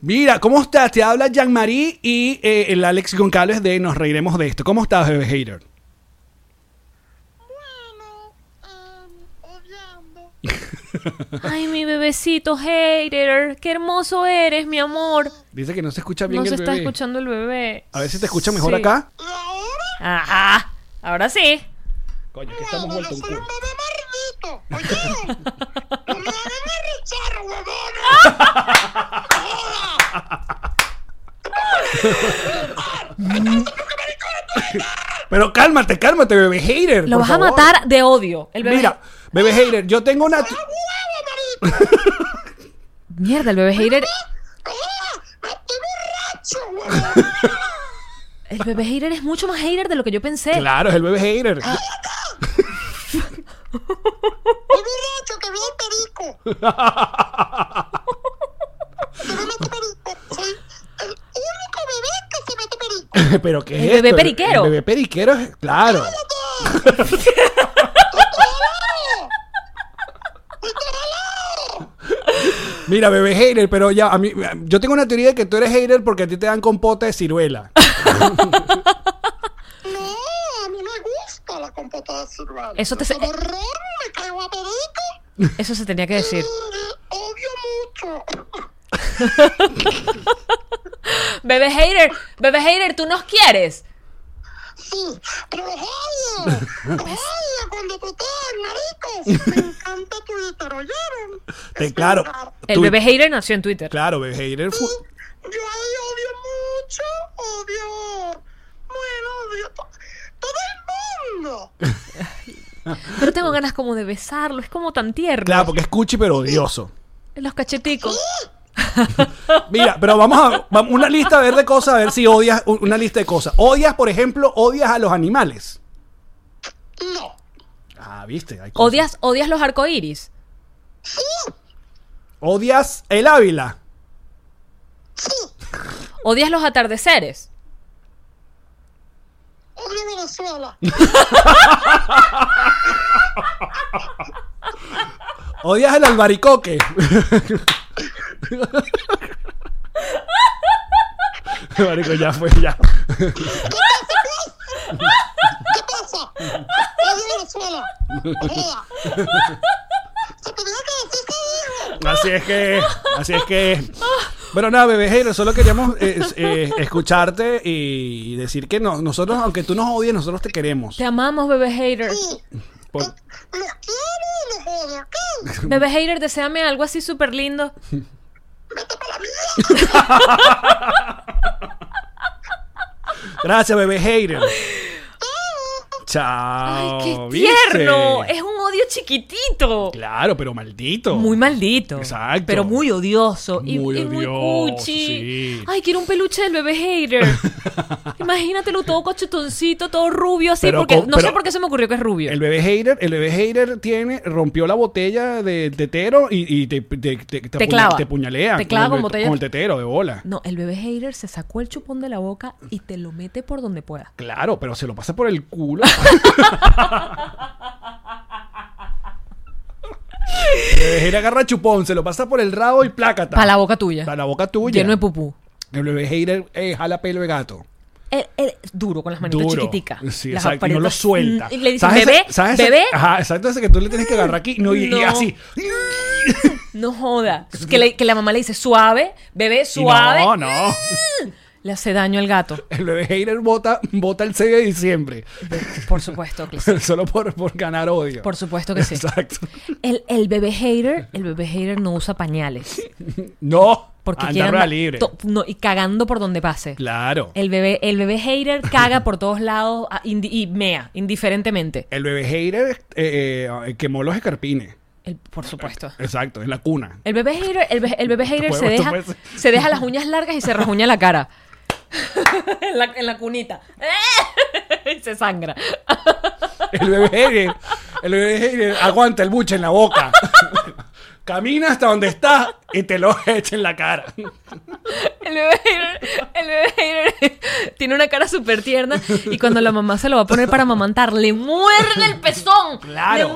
Speaker 1: Mira, ¿cómo estás? Te habla Jean-Marie y eh, el Alex Goncalves de Nos Reiremos de Esto. ¿Cómo estás, bebé hater?
Speaker 4: Bueno, odiando.
Speaker 2: Ay, mi bebecito hater, qué hermoso eres, mi amor.
Speaker 1: Dice que no se escucha bien
Speaker 2: No se
Speaker 1: el
Speaker 2: está
Speaker 1: bebé.
Speaker 2: escuchando el bebé.
Speaker 1: A ver si te escucha mejor
Speaker 2: Sí.
Speaker 1: acá.
Speaker 4: ¿Y ahora?
Speaker 2: Ajá, ahora sí.
Speaker 1: Coño, es
Speaker 4: Bueno,
Speaker 1: que estamos
Speaker 4: yo
Speaker 1: vueltos un
Speaker 4: soy un
Speaker 1: culo.
Speaker 4: bebé maldito. Oye, no me hagan arrechar,
Speaker 1: ¿Ah?
Speaker 4: huevón.
Speaker 1: Pero cálmate, cálmate, bebé hater.
Speaker 2: Lo
Speaker 1: por
Speaker 2: vas a
Speaker 1: favor.
Speaker 2: matar de odio. El bebé. Ah,
Speaker 1: Mira, bebé hater, yo tengo una.
Speaker 2: Mierda, el bebé hater. El bebé Ah. hater es mucho más hater de lo que yo pensé.
Speaker 1: Claro, es el bebé hater.
Speaker 5: Te hubiera dicho que vea el perico. Que no mete perico. Soy el único bebé que se mete perico.
Speaker 1: ¿Pero qué es
Speaker 2: El bebé
Speaker 1: esto?
Speaker 2: periquero.
Speaker 1: El bebé periquero es, claro. Mira, bebé hater, pero ya, a mí, yo tengo una teoría de que tú eres hater porque a ti te dan compota de ciruela.
Speaker 5: No, a mí me gusta la compota de ciruela.
Speaker 2: Eso te-
Speaker 5: Como Ron me caigo a perico.
Speaker 2: Eso se tenía que decir.
Speaker 5: Y Odio mucho.
Speaker 2: Bebé hater, bebé hater, tú nos quieres.
Speaker 5: Sí, pero los odio. Los odio cuando tutean, maricos. Me encanta Twitter, ¿oyeron?
Speaker 1: Te-
Speaker 5: Es
Speaker 1: claro.
Speaker 5: verdad.
Speaker 2: El
Speaker 1: Tú-
Speaker 2: bebé hater nació en Twitter.
Speaker 1: Claro, bebé hater. fu-
Speaker 5: Yo ahí odio mucho, odio. Bueno, odio to- todo el mundo.
Speaker 2: Pero tengo ganas como de besarlo, es como tan tierno.
Speaker 1: Claro, porque es cuchi pero odioso.
Speaker 2: Los cacheticos.
Speaker 1: Mira, pero vamos a vamos- una lista a ver de cosas, a ver si odias u- una lista de cosas. Odias, por ejemplo, odias a los animales.
Speaker 5: No.
Speaker 1: Ah, viste. hay cosas.
Speaker 2: ¿Odias, odias los arcoíris?
Speaker 1: Odias el Ávila.
Speaker 2: ¿Odias los atardeceres?
Speaker 5: Odio Venezuela.
Speaker 1: Odias el albaricoque. Marico, ya fue, ya.
Speaker 5: ¿Qué pasa? Odio Venezuela. Joda. Se tenía que decir que digo.
Speaker 1: Así es que, así es que. Bueno, nada, bebé Hater, solo queríamos eh, eh, escucharte y decir que no, nosotros, aunque tú nos odies, nosotros te queremos.
Speaker 2: Te amamos, bebé hater.
Speaker 5: Sí.
Speaker 1: Por-
Speaker 5: Los quiero y los odio, ¿ok?
Speaker 2: Bebé hater, deseame algo así súper lindo.
Speaker 5: Vete para la mierda.
Speaker 1: Gracias, bebé Hater. Chao.
Speaker 2: ¡Ay, qué
Speaker 1: ¿viste?
Speaker 2: tierno! Es un odio chiquitito.
Speaker 1: Claro, pero maldito.
Speaker 2: Muy maldito.
Speaker 1: Exacto.
Speaker 2: Pero muy odioso. y-
Speaker 1: Muy
Speaker 2: y, muy
Speaker 1: odioso,
Speaker 2: cuchi.
Speaker 1: sí.
Speaker 2: Ay, quiero un peluche del bebé hater. Imagínatelo todo cochetoncito, todo rubio, así.
Speaker 1: Pero
Speaker 2: porque
Speaker 1: con-
Speaker 2: No
Speaker 1: pero-
Speaker 2: sé por qué se me ocurrió que es rubio.
Speaker 1: El bebé hater, el bebé hater tiene, rompió la botella de tetero y, y te, te, te, te, apuña-
Speaker 2: clava.
Speaker 1: te puñalea.
Speaker 2: Te clava con botella. Mm.
Speaker 1: Con el tetero de bola.
Speaker 2: No, el bebé hater se sacó el chupón de la boca y te lo mete por donde pueda.
Speaker 1: Claro, pero se lo pasa por el culo. bebé hater agarra chupón, se lo pasa por el rabo y plácata.
Speaker 2: Para la boca tuya.
Speaker 1: Para la boca tuya.
Speaker 2: Lleno de pupú.
Speaker 1: El bebé hater eh, jala pelo de gato.
Speaker 2: Él- él es duro, con las manitas
Speaker 1: Duro.
Speaker 2: chiquiticas.
Speaker 1: Sí,
Speaker 2: Las
Speaker 1: exacto. y No lo
Speaker 2: aparitas-
Speaker 1: suelta.
Speaker 2: Y le dice,
Speaker 1: ¿Sabes
Speaker 2: bebé,
Speaker 1: ese- sabes ese-
Speaker 2: bebé,
Speaker 1: Ajá, exacto. Ese que tú le tienes que agarrar aquí. No, y, y
Speaker 2: No.
Speaker 1: así.
Speaker 2: no joda. Que, le- que la mamá le dice, suave, bebé,
Speaker 1: Y
Speaker 2: suave.
Speaker 1: No, no.
Speaker 2: Le hace daño al gato.
Speaker 1: El bebé hater vota, vota el 6 de diciembre.
Speaker 2: Por supuesto que sí.
Speaker 1: Solo por, por ganar odio.
Speaker 2: Por supuesto que sí.
Speaker 1: Exacto.
Speaker 2: El, el bebé hater, el bebé hater no usa pañales.
Speaker 1: No.
Speaker 2: Porque
Speaker 1: andar
Speaker 2: quiere
Speaker 1: rueda
Speaker 2: andar
Speaker 1: libre.
Speaker 2: to- no, y cagando por donde pase.
Speaker 1: Claro.
Speaker 2: El bebé, el bebé hater caga por todos lados ah, indi- y mea, indiferentemente.
Speaker 1: El bebé hater eh, eh, quemó los escarpines.
Speaker 2: El- por supuesto.
Speaker 1: Exacto, en la cuna.
Speaker 2: El bebé hater, el, be- el bebé hater
Speaker 1: puedes-
Speaker 2: se,
Speaker 1: tú
Speaker 2: deja,
Speaker 1: puedes-
Speaker 2: se deja las uñas largas y se rasguña la cara. en, la, en la cunita. Y se sangra.
Speaker 1: El bebé hater. El bebé hater aguanta el buche en la boca. Camina hasta donde está y te lo echa en la cara.
Speaker 2: El bebé hater, el bebé hater tiene una cara súper tierna y cuando la mamá se lo va a poner para amamantar, le muerde el pezón.
Speaker 1: Claro.
Speaker 2: Le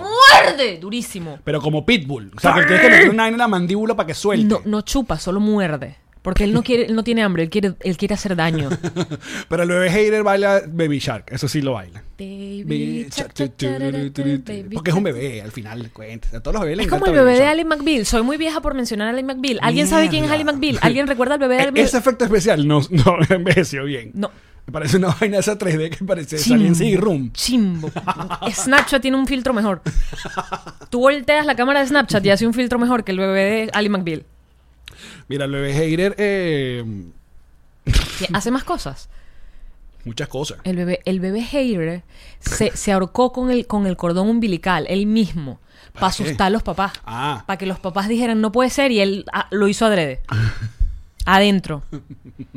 Speaker 2: muerde. Durísimo.
Speaker 1: Pero como pitbull. O sea, que tienes que meter una vaina en la mandíbula para que suelte.
Speaker 2: No, no chupa, solo muerde. Porque él no quiere, él no tiene hambre, él quiere, él quiere hacer daño.
Speaker 1: Pero el bebé hater baila Baby Shark. Eso sí lo baila.
Speaker 2: Baby cha- cha- chararara, baby
Speaker 1: Porque es un bebé, al final, cuenta. A todos los bebés les
Speaker 2: Es como el
Speaker 1: encanta
Speaker 2: bebé de
Speaker 1: Shark.
Speaker 2: Ali McBeal. Soy muy vieja por mencionar a Ali McBeal. ¿Alguien sabe quién es Ali
Speaker 1: Mierda.
Speaker 2: McBeal? ¿Alguien recuerda al bebé de
Speaker 1: E-
Speaker 2: Ali McBeal?
Speaker 1: Ese efecto especial no, no envejeció bien.
Speaker 2: No.
Speaker 1: Me parece una vaina esa 3D que parece salir en CD Room.
Speaker 2: Chimbo. Snapchat tiene un filtro mejor. Tú volteas la cámara de Snapchat y hace un filtro mejor que el bebé de Ali McBeal.
Speaker 1: Mira, el bebé hater, eh,
Speaker 2: Que hace más cosas.
Speaker 1: muchas cosas.
Speaker 2: El bebé, el bebé hater se, se ahorcó con el, con el cordón umbilical, él mismo, para
Speaker 1: qué?
Speaker 2: asustar a los papás.
Speaker 1: Ah.
Speaker 2: Para que los papás dijeran no puede ser y él ah, lo hizo adrede. Adentro.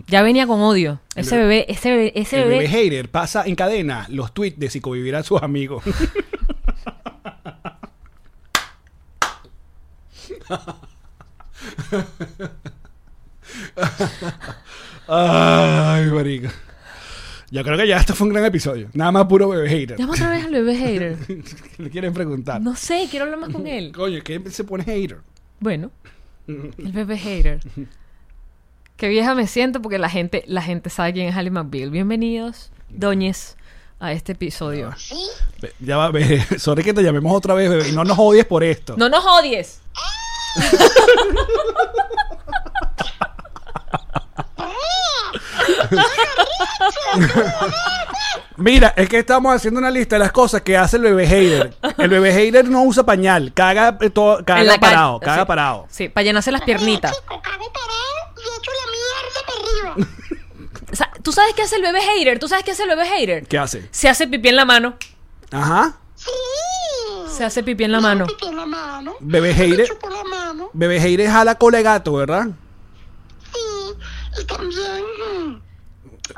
Speaker 2: Ya venía con odio. Ese bebé, ese bebé, ese
Speaker 1: el
Speaker 2: bebé.
Speaker 1: bebé hater pasa en cadena los tweets de psicovivir a sus amigos. Ay, marica. Yo creo que ya este fue un gran episodio. Nada más puro bebé hater.
Speaker 2: Llama otra vez al bebé hater.
Speaker 1: ¿Qué le quieren preguntar?
Speaker 2: No sé, quiero hablar más con él.
Speaker 1: Coño, ¿qué se pone hater?
Speaker 2: Bueno, el bebé hater. Qué vieja me siento porque la gente, la gente sabe quién es Ali McBeal. Bienvenidos, doñes, a este episodio.
Speaker 5: ¿Sí?
Speaker 1: Ve- Ya va, ve, sorry que te llamemos otra vez, bebé. Y no nos odies por esto.
Speaker 2: ¡No nos odies!
Speaker 1: Mira, es que estamos haciendo una lista de las cosas que hace el bebé hater. El bebé hater no usa pañal, caga, eh, todo-
Speaker 2: En
Speaker 1: caga
Speaker 2: la calle.
Speaker 1: parado, caga
Speaker 2: Sí.
Speaker 1: parado.
Speaker 2: Sí, para llenarse las piernitas.
Speaker 5: Mira, chico, cago parado y echo la mierda para arriba.
Speaker 2: O sea, ¿Tú sabes qué hace el bebé hater? ¿Tú sabes qué hace el bebé hater?
Speaker 1: ¿Qué hace?
Speaker 2: Se hace pipí en la mano.
Speaker 1: Ajá.
Speaker 5: Sí.
Speaker 2: Se hace pipí en la mano.
Speaker 5: Te quito la mano.
Speaker 1: Bebé
Speaker 5: Te
Speaker 1: hater.
Speaker 5: chupo la mano.
Speaker 1: Bebé hater jala cola de gato, ¿verdad?
Speaker 5: Sí. Y también mm,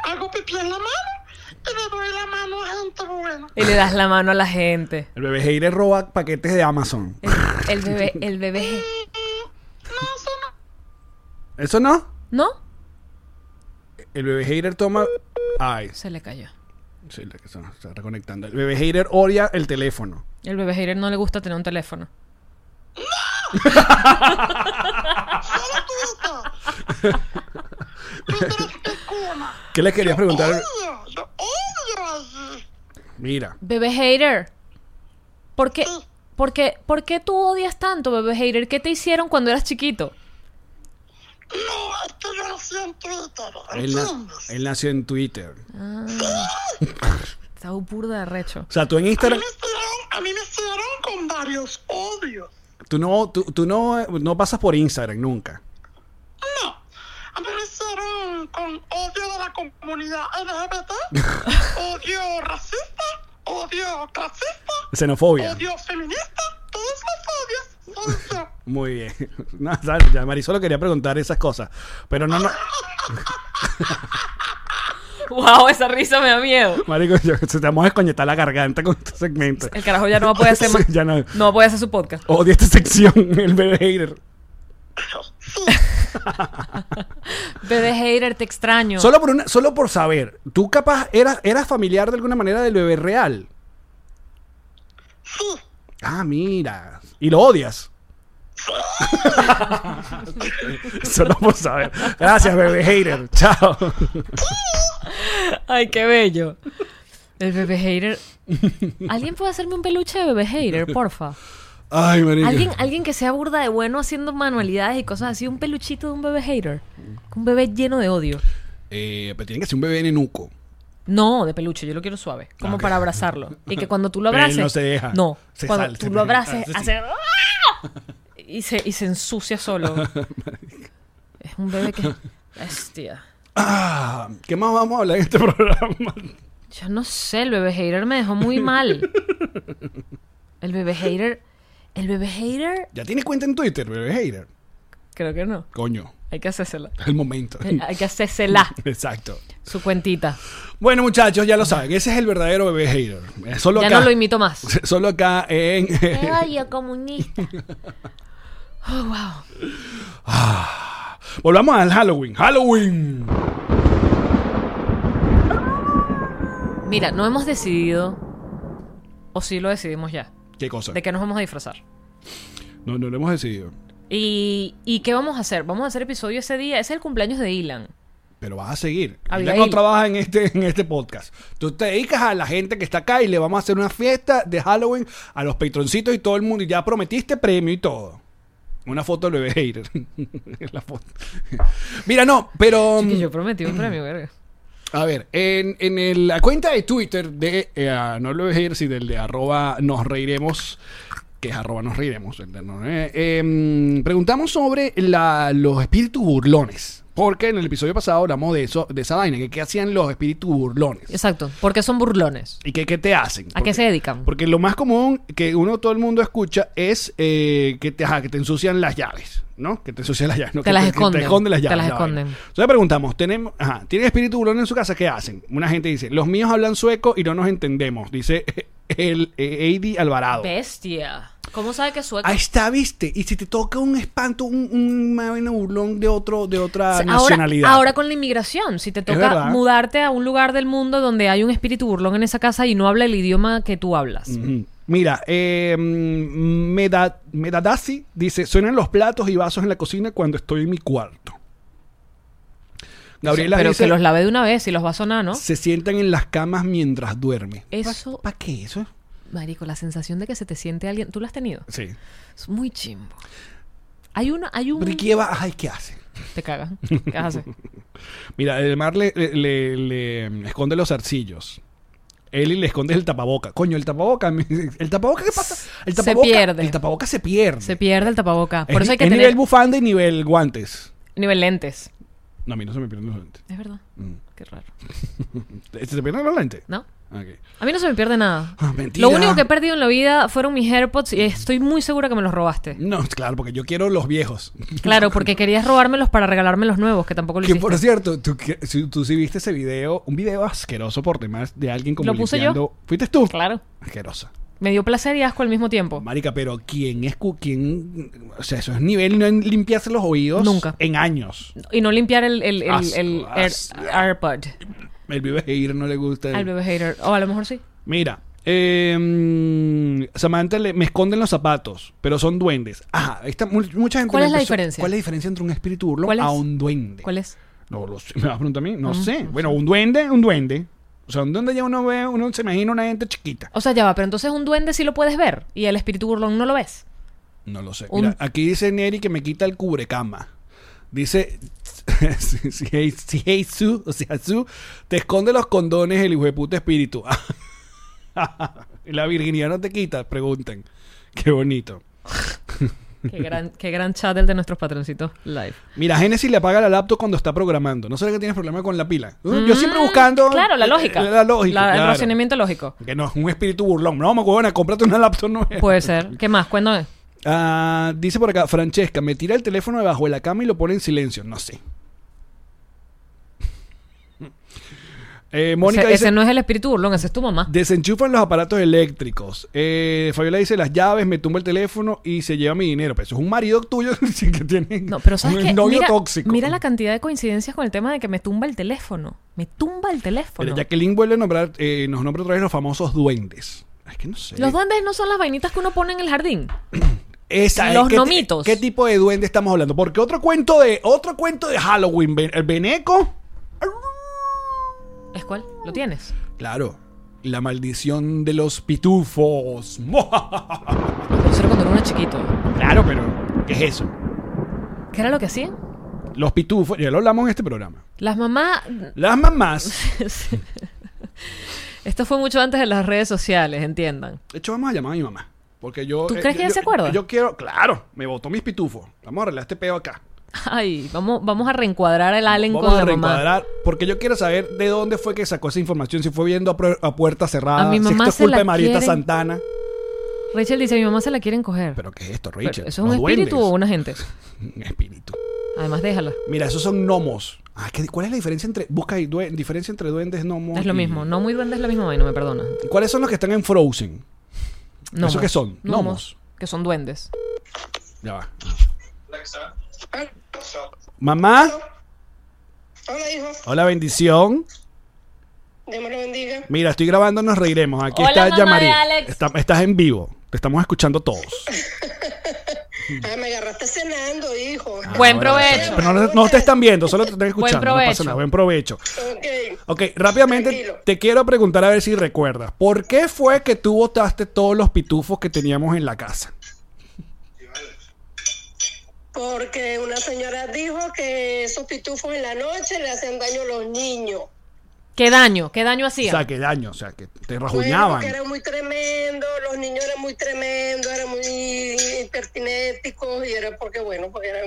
Speaker 5: hago pipí en la mano y le doy la mano a gente buena.
Speaker 2: Y le das la mano a la gente.
Speaker 1: El bebé hater roba paquetes de Amazon.
Speaker 2: El, el bebé, el bebé.
Speaker 5: Mm, No, eso no.
Speaker 1: ¿Eso no?
Speaker 2: ¿No?
Speaker 1: El bebé hater toma. Ay,
Speaker 2: Se le cayó.
Speaker 1: sí, la que se nos está reconectando. El bebé hater odia el teléfono.
Speaker 2: El bebé hater no le gusta tener un teléfono.
Speaker 5: Solo Twitter. Twitter es picuna.
Speaker 1: ¿Qué le querías preguntar?
Speaker 5: Odio, yo odio allí.
Speaker 1: Mira.
Speaker 2: Bebé hater. ¿Por qué, por qué- por qué tú odias tanto, bebé hater? ¿Qué te hicieron cuando eras chiquito?
Speaker 5: No, es que yo nací en Twitter.
Speaker 1: Él, na-
Speaker 5: ¿Entiendes?
Speaker 1: él nació en Twitter.
Speaker 2: Está un burda de recho.
Speaker 1: O sea, tú en
Speaker 5: A mí
Speaker 1: Instagram.
Speaker 5: me hicieron- A mí me hicieron con varios odios.
Speaker 1: Tú no, tú, tú no, no pasas por Instagram nunca.
Speaker 5: No. A mí me hicieron con odio de la comunidad LGBT, odio racista, odio clasista,
Speaker 1: Xenofobia.
Speaker 5: odio feminista. Todos los odios son yo.
Speaker 1: Muy bien. No, sabes, ya Marisol quería preguntar esas cosas. Pero no, no.
Speaker 2: ¡Wow! Esa risa me da miedo.
Speaker 1: Marico, yo, se te vamos a desconectar la garganta con este segmento.
Speaker 2: El carajo ya no va a poder hacer
Speaker 1: Sí,
Speaker 2: más.
Speaker 1: ya no.
Speaker 2: No va a poder hacer su podcast.
Speaker 1: Odio esta sección, el bebé hater.
Speaker 2: Bebé hater, te extraño.
Speaker 1: Solo por, una, solo por saber, ¿tú capaz eras, eras familiar de alguna manera del bebé real?
Speaker 5: Sí.
Speaker 1: Ah, mira. Y lo odias. solo por saber. Gracias, bebé hater. Chao.
Speaker 2: Ay, qué bello. El bebé hater. ¿Alguien puede hacerme un peluche de bebé hater, porfa?
Speaker 1: Ay, marico.
Speaker 2: ¿Alguien, alguien que sea burda de bueno haciendo manualidades y cosas así, un peluchito de un bebé hater. Un bebé lleno de odio.
Speaker 1: Eh, pero tiene que ser un bebé nenuco.
Speaker 2: No, de peluche, yo lo quiero suave, como
Speaker 1: Ok.
Speaker 2: para abrazarlo. Y que cuando tú lo
Speaker 1: Pero él
Speaker 2: abraces.
Speaker 1: no se deja.
Speaker 2: No,
Speaker 1: Se Ah,
Speaker 2: cuando
Speaker 1: sale,
Speaker 2: tú
Speaker 1: se
Speaker 2: lo
Speaker 1: pone-
Speaker 2: abraces,
Speaker 1: hace así.
Speaker 2: hace. ¡ah! Y se, y se ensucia solo. es un bebé que. Hostia.
Speaker 1: Ah, ¿qué más vamos a hablar en este programa?
Speaker 2: Yo no sé, el bebé hater me dejó muy mal. El bebé hater. El bebé hater.
Speaker 1: ¿Ya tienes cuenta en Twitter, bebé hater?
Speaker 2: Creo que no.
Speaker 1: Coño,
Speaker 2: Hay que hacérsela.
Speaker 1: es el momento.
Speaker 2: Hay que hacérsela.
Speaker 1: Exacto.
Speaker 2: Su cuentita.
Speaker 1: Bueno, muchachos, ya lo saben. Ese es el verdadero bebé hater. Eh, Solo
Speaker 2: Ya
Speaker 1: acá.
Speaker 2: no lo imito más.
Speaker 1: Solo acá en.
Speaker 4: Te odio, comunista.
Speaker 2: Oh, wow.
Speaker 1: Volvamos al Halloween. ¡Halloween!
Speaker 2: Mira, no hemos decidido. O sí lo decidimos ya.
Speaker 1: ¿Qué cosa?
Speaker 2: ¿De qué nos vamos a disfrazar?
Speaker 1: No, no lo hemos decidido.
Speaker 2: ¿Y, y qué vamos a hacer? Vamos a hacer episodio ese día. Es el cumpleaños de Ilan.
Speaker 1: Pero vas a seguir.
Speaker 2: Abigail.
Speaker 1: Ella no trabaja en este, en este podcast. Tú te dedicas a la gente que está acá y le vamos a hacer una fiesta de Halloween a los patroncitos y todo el mundo. Y ya prometiste premio y todo. Una foto del bebé hater. Es la foto. Mira, no, pero.
Speaker 2: Que yo prometí un premio, verga.
Speaker 1: A ver, en, en el- la cuenta de Twitter de, eh, no lo voy a decir, sí, del de arroba nos reiremos, que es arroba nos reiremos, el de no- eh, em, preguntamos sobre la- los espíritus burlones. Porque en el episodio pasado hablamos de eso, de esa vaina, que qué hacían los espíritus burlones.
Speaker 2: Exacto. Porque son burlones.
Speaker 1: ¿Y qué, qué te hacen?
Speaker 2: ¿A qué se dedican?
Speaker 1: Porque lo más común que uno, todo el mundo escucha es eh, que, te, ajá, que te ensucian las llaves, ¿no? Que te ensucian las llaves. No,
Speaker 2: Te
Speaker 1: que
Speaker 2: las
Speaker 1: que
Speaker 2: esconden,
Speaker 1: Te esconden las
Speaker 2: te
Speaker 1: llaves.
Speaker 2: las
Speaker 1: la vaina.
Speaker 2: esconden.
Speaker 1: Entonces preguntamos, ¿tenemos, ajá, ¿tienen espíritu burlón en su casa? ¿Qué hacen? Una gente dice, los míos hablan sueco y no nos entendemos, dice el eh, Eidi Alvarado.
Speaker 2: Bestia. ¿Cómo sabe que es sueco?
Speaker 1: Ahí está, viste. Y si te toca un espanto, un, un una vaina burlón de otro, de otra
Speaker 2: Ahora-
Speaker 1: nacionalidad.
Speaker 2: Ahora, con la inmigración, si te toca
Speaker 1: verdad.
Speaker 2: mudarte a un lugar del mundo donde hay un espíritu burlón en esa casa y no habla el idioma que tú hablas.
Speaker 1: Ujú. Mira, eh, mm, Meda- Medadasi dice: suenan los platos y vasos en la cocina cuando estoy en mi cuarto. Gabriela
Speaker 2: Pero
Speaker 1: dice:
Speaker 2: que los lave de una vez y los va a sonar, ¿no?
Speaker 1: se sientan en las camas mientras duerme.
Speaker 2: Eso-
Speaker 1: ¿Para qué eso?
Speaker 2: Marico, la sensación de que se te siente alguien. ¿Tú lo has tenido?
Speaker 1: Sí.
Speaker 2: Es muy chimbo. Hay una, hay un.
Speaker 1: Pero ¿y qué va? Ay, ¿qué hace?
Speaker 2: Te Ah, cagas. ¿Qué haces?
Speaker 1: Mira, el mar le, le- le- le esconde los arcillos. Eli le esconde el tapaboca. Coño, el tapaboca. ¿El tapaboca qué pasa? El
Speaker 2: Se
Speaker 1: tapaboca,
Speaker 2: pierde.
Speaker 1: El tapaboca se pierde.
Speaker 2: Se pierde el tapaboca. Por
Speaker 1: Es
Speaker 2: eso
Speaker 1: ni-
Speaker 2: hay que
Speaker 1: es
Speaker 2: tener
Speaker 1: nivel bufanda y nivel guantes.
Speaker 2: nivel lentes.
Speaker 1: No, a mí no se me pierden los lentes.
Speaker 2: Es verdad.
Speaker 1: Mm.
Speaker 2: Qué raro.
Speaker 1: ¿Este ¿Se te pierden los lentes?
Speaker 2: ¿No?
Speaker 1: Ok.
Speaker 2: A mí no se me pierde nada.
Speaker 1: Ah, mentira.
Speaker 2: Lo único que he perdido en la vida fueron mis AirPods y estoy muy segura que me los robaste.
Speaker 1: No, claro, porque yo quiero los viejos.
Speaker 2: Claro, porque querías robármelos para regalarme los nuevos, que tampoco lo
Speaker 1: Que
Speaker 2: hiciste.
Speaker 1: por cierto, tú, que- si, tú sí viste ese video, un video asqueroso por demás de alguien como
Speaker 2: ¿Lo puse yo?
Speaker 1: limpiando- ¿Fuiste tú?
Speaker 2: Claro.
Speaker 1: Asquerosa.
Speaker 2: Me dio placer y asco al mismo tiempo.
Speaker 1: Marica, pero ¿quién es cu- quién? O sea, eso es nivel no en limpiarse los oídos
Speaker 2: Nunca.
Speaker 1: en años.
Speaker 2: Y no limpiar el, el, el,
Speaker 1: Asco,
Speaker 2: el Air-
Speaker 1: asco.
Speaker 2: AirPod
Speaker 1: El vive ir no le gusta. el-
Speaker 2: al bebé hater. O a lo mejor sí.
Speaker 1: Mira, eh, Samantha le, me esconden los zapatos, pero son duendes. Ajá, esta, mu- mucha gente.
Speaker 2: ¿Cuál
Speaker 1: me
Speaker 2: es la
Speaker 1: empezó-
Speaker 2: diferencia?
Speaker 1: ¿Cuál es la diferencia entre un espíritu
Speaker 2: ¿Cuál
Speaker 1: burlón
Speaker 2: es?
Speaker 1: a un duende?
Speaker 2: ¿Cuál es?
Speaker 1: No lo sé. ¿Me vas a preguntar a mí? No
Speaker 2: Ah,
Speaker 1: sé. Bueno, un duende, un duende. O sea, un duende ya uno ve, uno se imagina una gente chiquita.
Speaker 2: O sea, ya va, pero entonces un duende sí lo puedes ver y el espíritu burlón no lo ves.
Speaker 1: No lo sé.
Speaker 2: Un-
Speaker 1: Mira, aquí dice Neri que me quita el cubrecama. Dice. si- si si Heisu, o sea, Su, te esconde los condones el hijo de puta espíritu. Y La virginidad no te quita, pregunten. Qué bonito.
Speaker 2: Qué gran, qué gran chat el de nuestros patroncitos live.
Speaker 1: Mira, Genesis le apaga la laptop cuando está programando. No será que tienes problema con la pila. Uh, Yo siempre buscando.
Speaker 2: Mm, Claro, la lógica.
Speaker 1: La, la lógica.
Speaker 2: La- El
Speaker 1: claro.
Speaker 2: razonamiento lógico.
Speaker 1: Que no es un espíritu burlón. No, me huevona, cómprate una laptop nueva.
Speaker 2: Puede ser. ¿Qué más? Cuéntame.
Speaker 1: Ah, dice por acá, Francesca, me tira el teléfono debajo de la cama y lo pone en silencio. No sé. Eh, Mónica
Speaker 2: ese,
Speaker 1: dice,
Speaker 2: ese no es el espíritu burlón, ese es tu mamá.
Speaker 1: desenchufan los aparatos eléctricos. Eh, Fabiola dice, las llaves, me tumba el teléfono y se lleva mi dinero. Pero eso es un marido tuyo sí que tiene
Speaker 2: No, pero ¿sabes
Speaker 1: un
Speaker 2: qué?
Speaker 1: novio
Speaker 2: mira,
Speaker 1: tóxico.
Speaker 2: mira la cantidad de coincidencias con el tema de que me tumba el teléfono. Me tumba el teléfono.
Speaker 1: Pero Jacqueline vuelve a nombrar, eh, nos nombra otra vez los famosos duendes. Es que no sé.
Speaker 2: Los duendes no son las vainitas que uno pone en el jardín.
Speaker 1: Esa es-
Speaker 2: Los
Speaker 1: ¿qué ti-
Speaker 2: nomitos.
Speaker 1: ¿Qué tipo de duende estamos hablando? Porque otro cuento de otro cuento de Halloween, Ven- el Beneco.
Speaker 2: ¿Es cuál? ¿Lo tienes?
Speaker 1: Claro, la maldición de los pitufos.
Speaker 2: Pero eso era cuando era uno chiquito.
Speaker 1: claro, pero ¿qué es eso?
Speaker 2: ¿Qué era lo que hacían?
Speaker 1: Los pitufos, ya lo hablamos en este programa.
Speaker 2: Las mamás...
Speaker 1: Las mamás,
Speaker 2: Esto fue mucho antes de las redes sociales, entiendan.
Speaker 1: de hecho vamos a llamar a mi mamá, porque yo eh,
Speaker 2: ¿Tú crees
Speaker 1: yo-
Speaker 2: que ella
Speaker 1: yo-
Speaker 2: se acuerda?
Speaker 1: Yo quiero, claro, me botó mis pitufos. Vamos a arreglar este peo acá.
Speaker 2: Ay, vamos, vamos a reencuadrar el Allen
Speaker 1: Vamos
Speaker 2: con
Speaker 1: a
Speaker 2: la mamá.
Speaker 1: reencuadrar, porque yo quiero saber de dónde fue que sacó esa información, si fue viendo a, prueba- a puerta cerrada,
Speaker 2: A mi
Speaker 1: si
Speaker 2: mamá
Speaker 1: esto es
Speaker 2: se
Speaker 1: culpa
Speaker 2: la
Speaker 1: de Marieta
Speaker 2: quieren-
Speaker 1: Santana.
Speaker 2: Rachel dice, mi mamá se la quieren coger.
Speaker 1: ¿Pero qué es esto,
Speaker 2: Pero,
Speaker 1: Richard?
Speaker 2: ¿Eso es un
Speaker 1: ¿Los
Speaker 2: espíritu o
Speaker 1: duendes?
Speaker 2: una gente?
Speaker 1: Un espíritu.
Speaker 2: Además, déjala.
Speaker 1: Mira, esos son gnomos. Ah, ¿qué- ¿Cuál es la diferencia entre... Busca ahí, due- diferencia entre duendes, gnomos...
Speaker 2: Es lo
Speaker 1: y-
Speaker 2: mismo. No muy duende es la misma vaina, me perdona.
Speaker 1: ¿Cuáles son los que están en Frozen?
Speaker 2: no
Speaker 1: ¿Eso qué son? Gnomos.
Speaker 2: Que son duendes.
Speaker 1: Ya va.
Speaker 5: Ay,
Speaker 1: Mamá,
Speaker 5: Hola, hijo.
Speaker 1: hola bendición.
Speaker 5: Dios me lo bendiga.
Speaker 1: Mira, estoy grabando, nos reiremos. Aquí
Speaker 2: Hola,
Speaker 1: está
Speaker 2: mamá
Speaker 1: Yamari.
Speaker 2: de Alex.
Speaker 1: Está- estás en vivo. Te estamos escuchando todos.
Speaker 5: Ay, Ah, me agarraste cenando, hijo.
Speaker 2: Buen
Speaker 1: Ahora,
Speaker 2: provecho.
Speaker 1: Pero no, no te están viendo, solo te están escuchando. No pasa
Speaker 2: provecho.
Speaker 1: nada. Buen provecho.
Speaker 5: Ok.
Speaker 1: Ok, rápidamente
Speaker 5: Tranquilo.
Speaker 1: te quiero preguntar a ver si recuerdas. ¿Por qué fue que tú botaste todos los pitufos que teníamos en la casa?
Speaker 5: Porque una señora dijo que esos pitufos en la noche le hacen daño a los niños.
Speaker 2: ¿Qué daño? ¿Qué daño hacía?
Speaker 1: O sea, que daño, o sea, que te
Speaker 5: Bueno,
Speaker 1: rajuñaban.
Speaker 5: porque era muy tremendo, los niños eran muy tremendos, eran muy impertinéticos y era porque, bueno, pues eran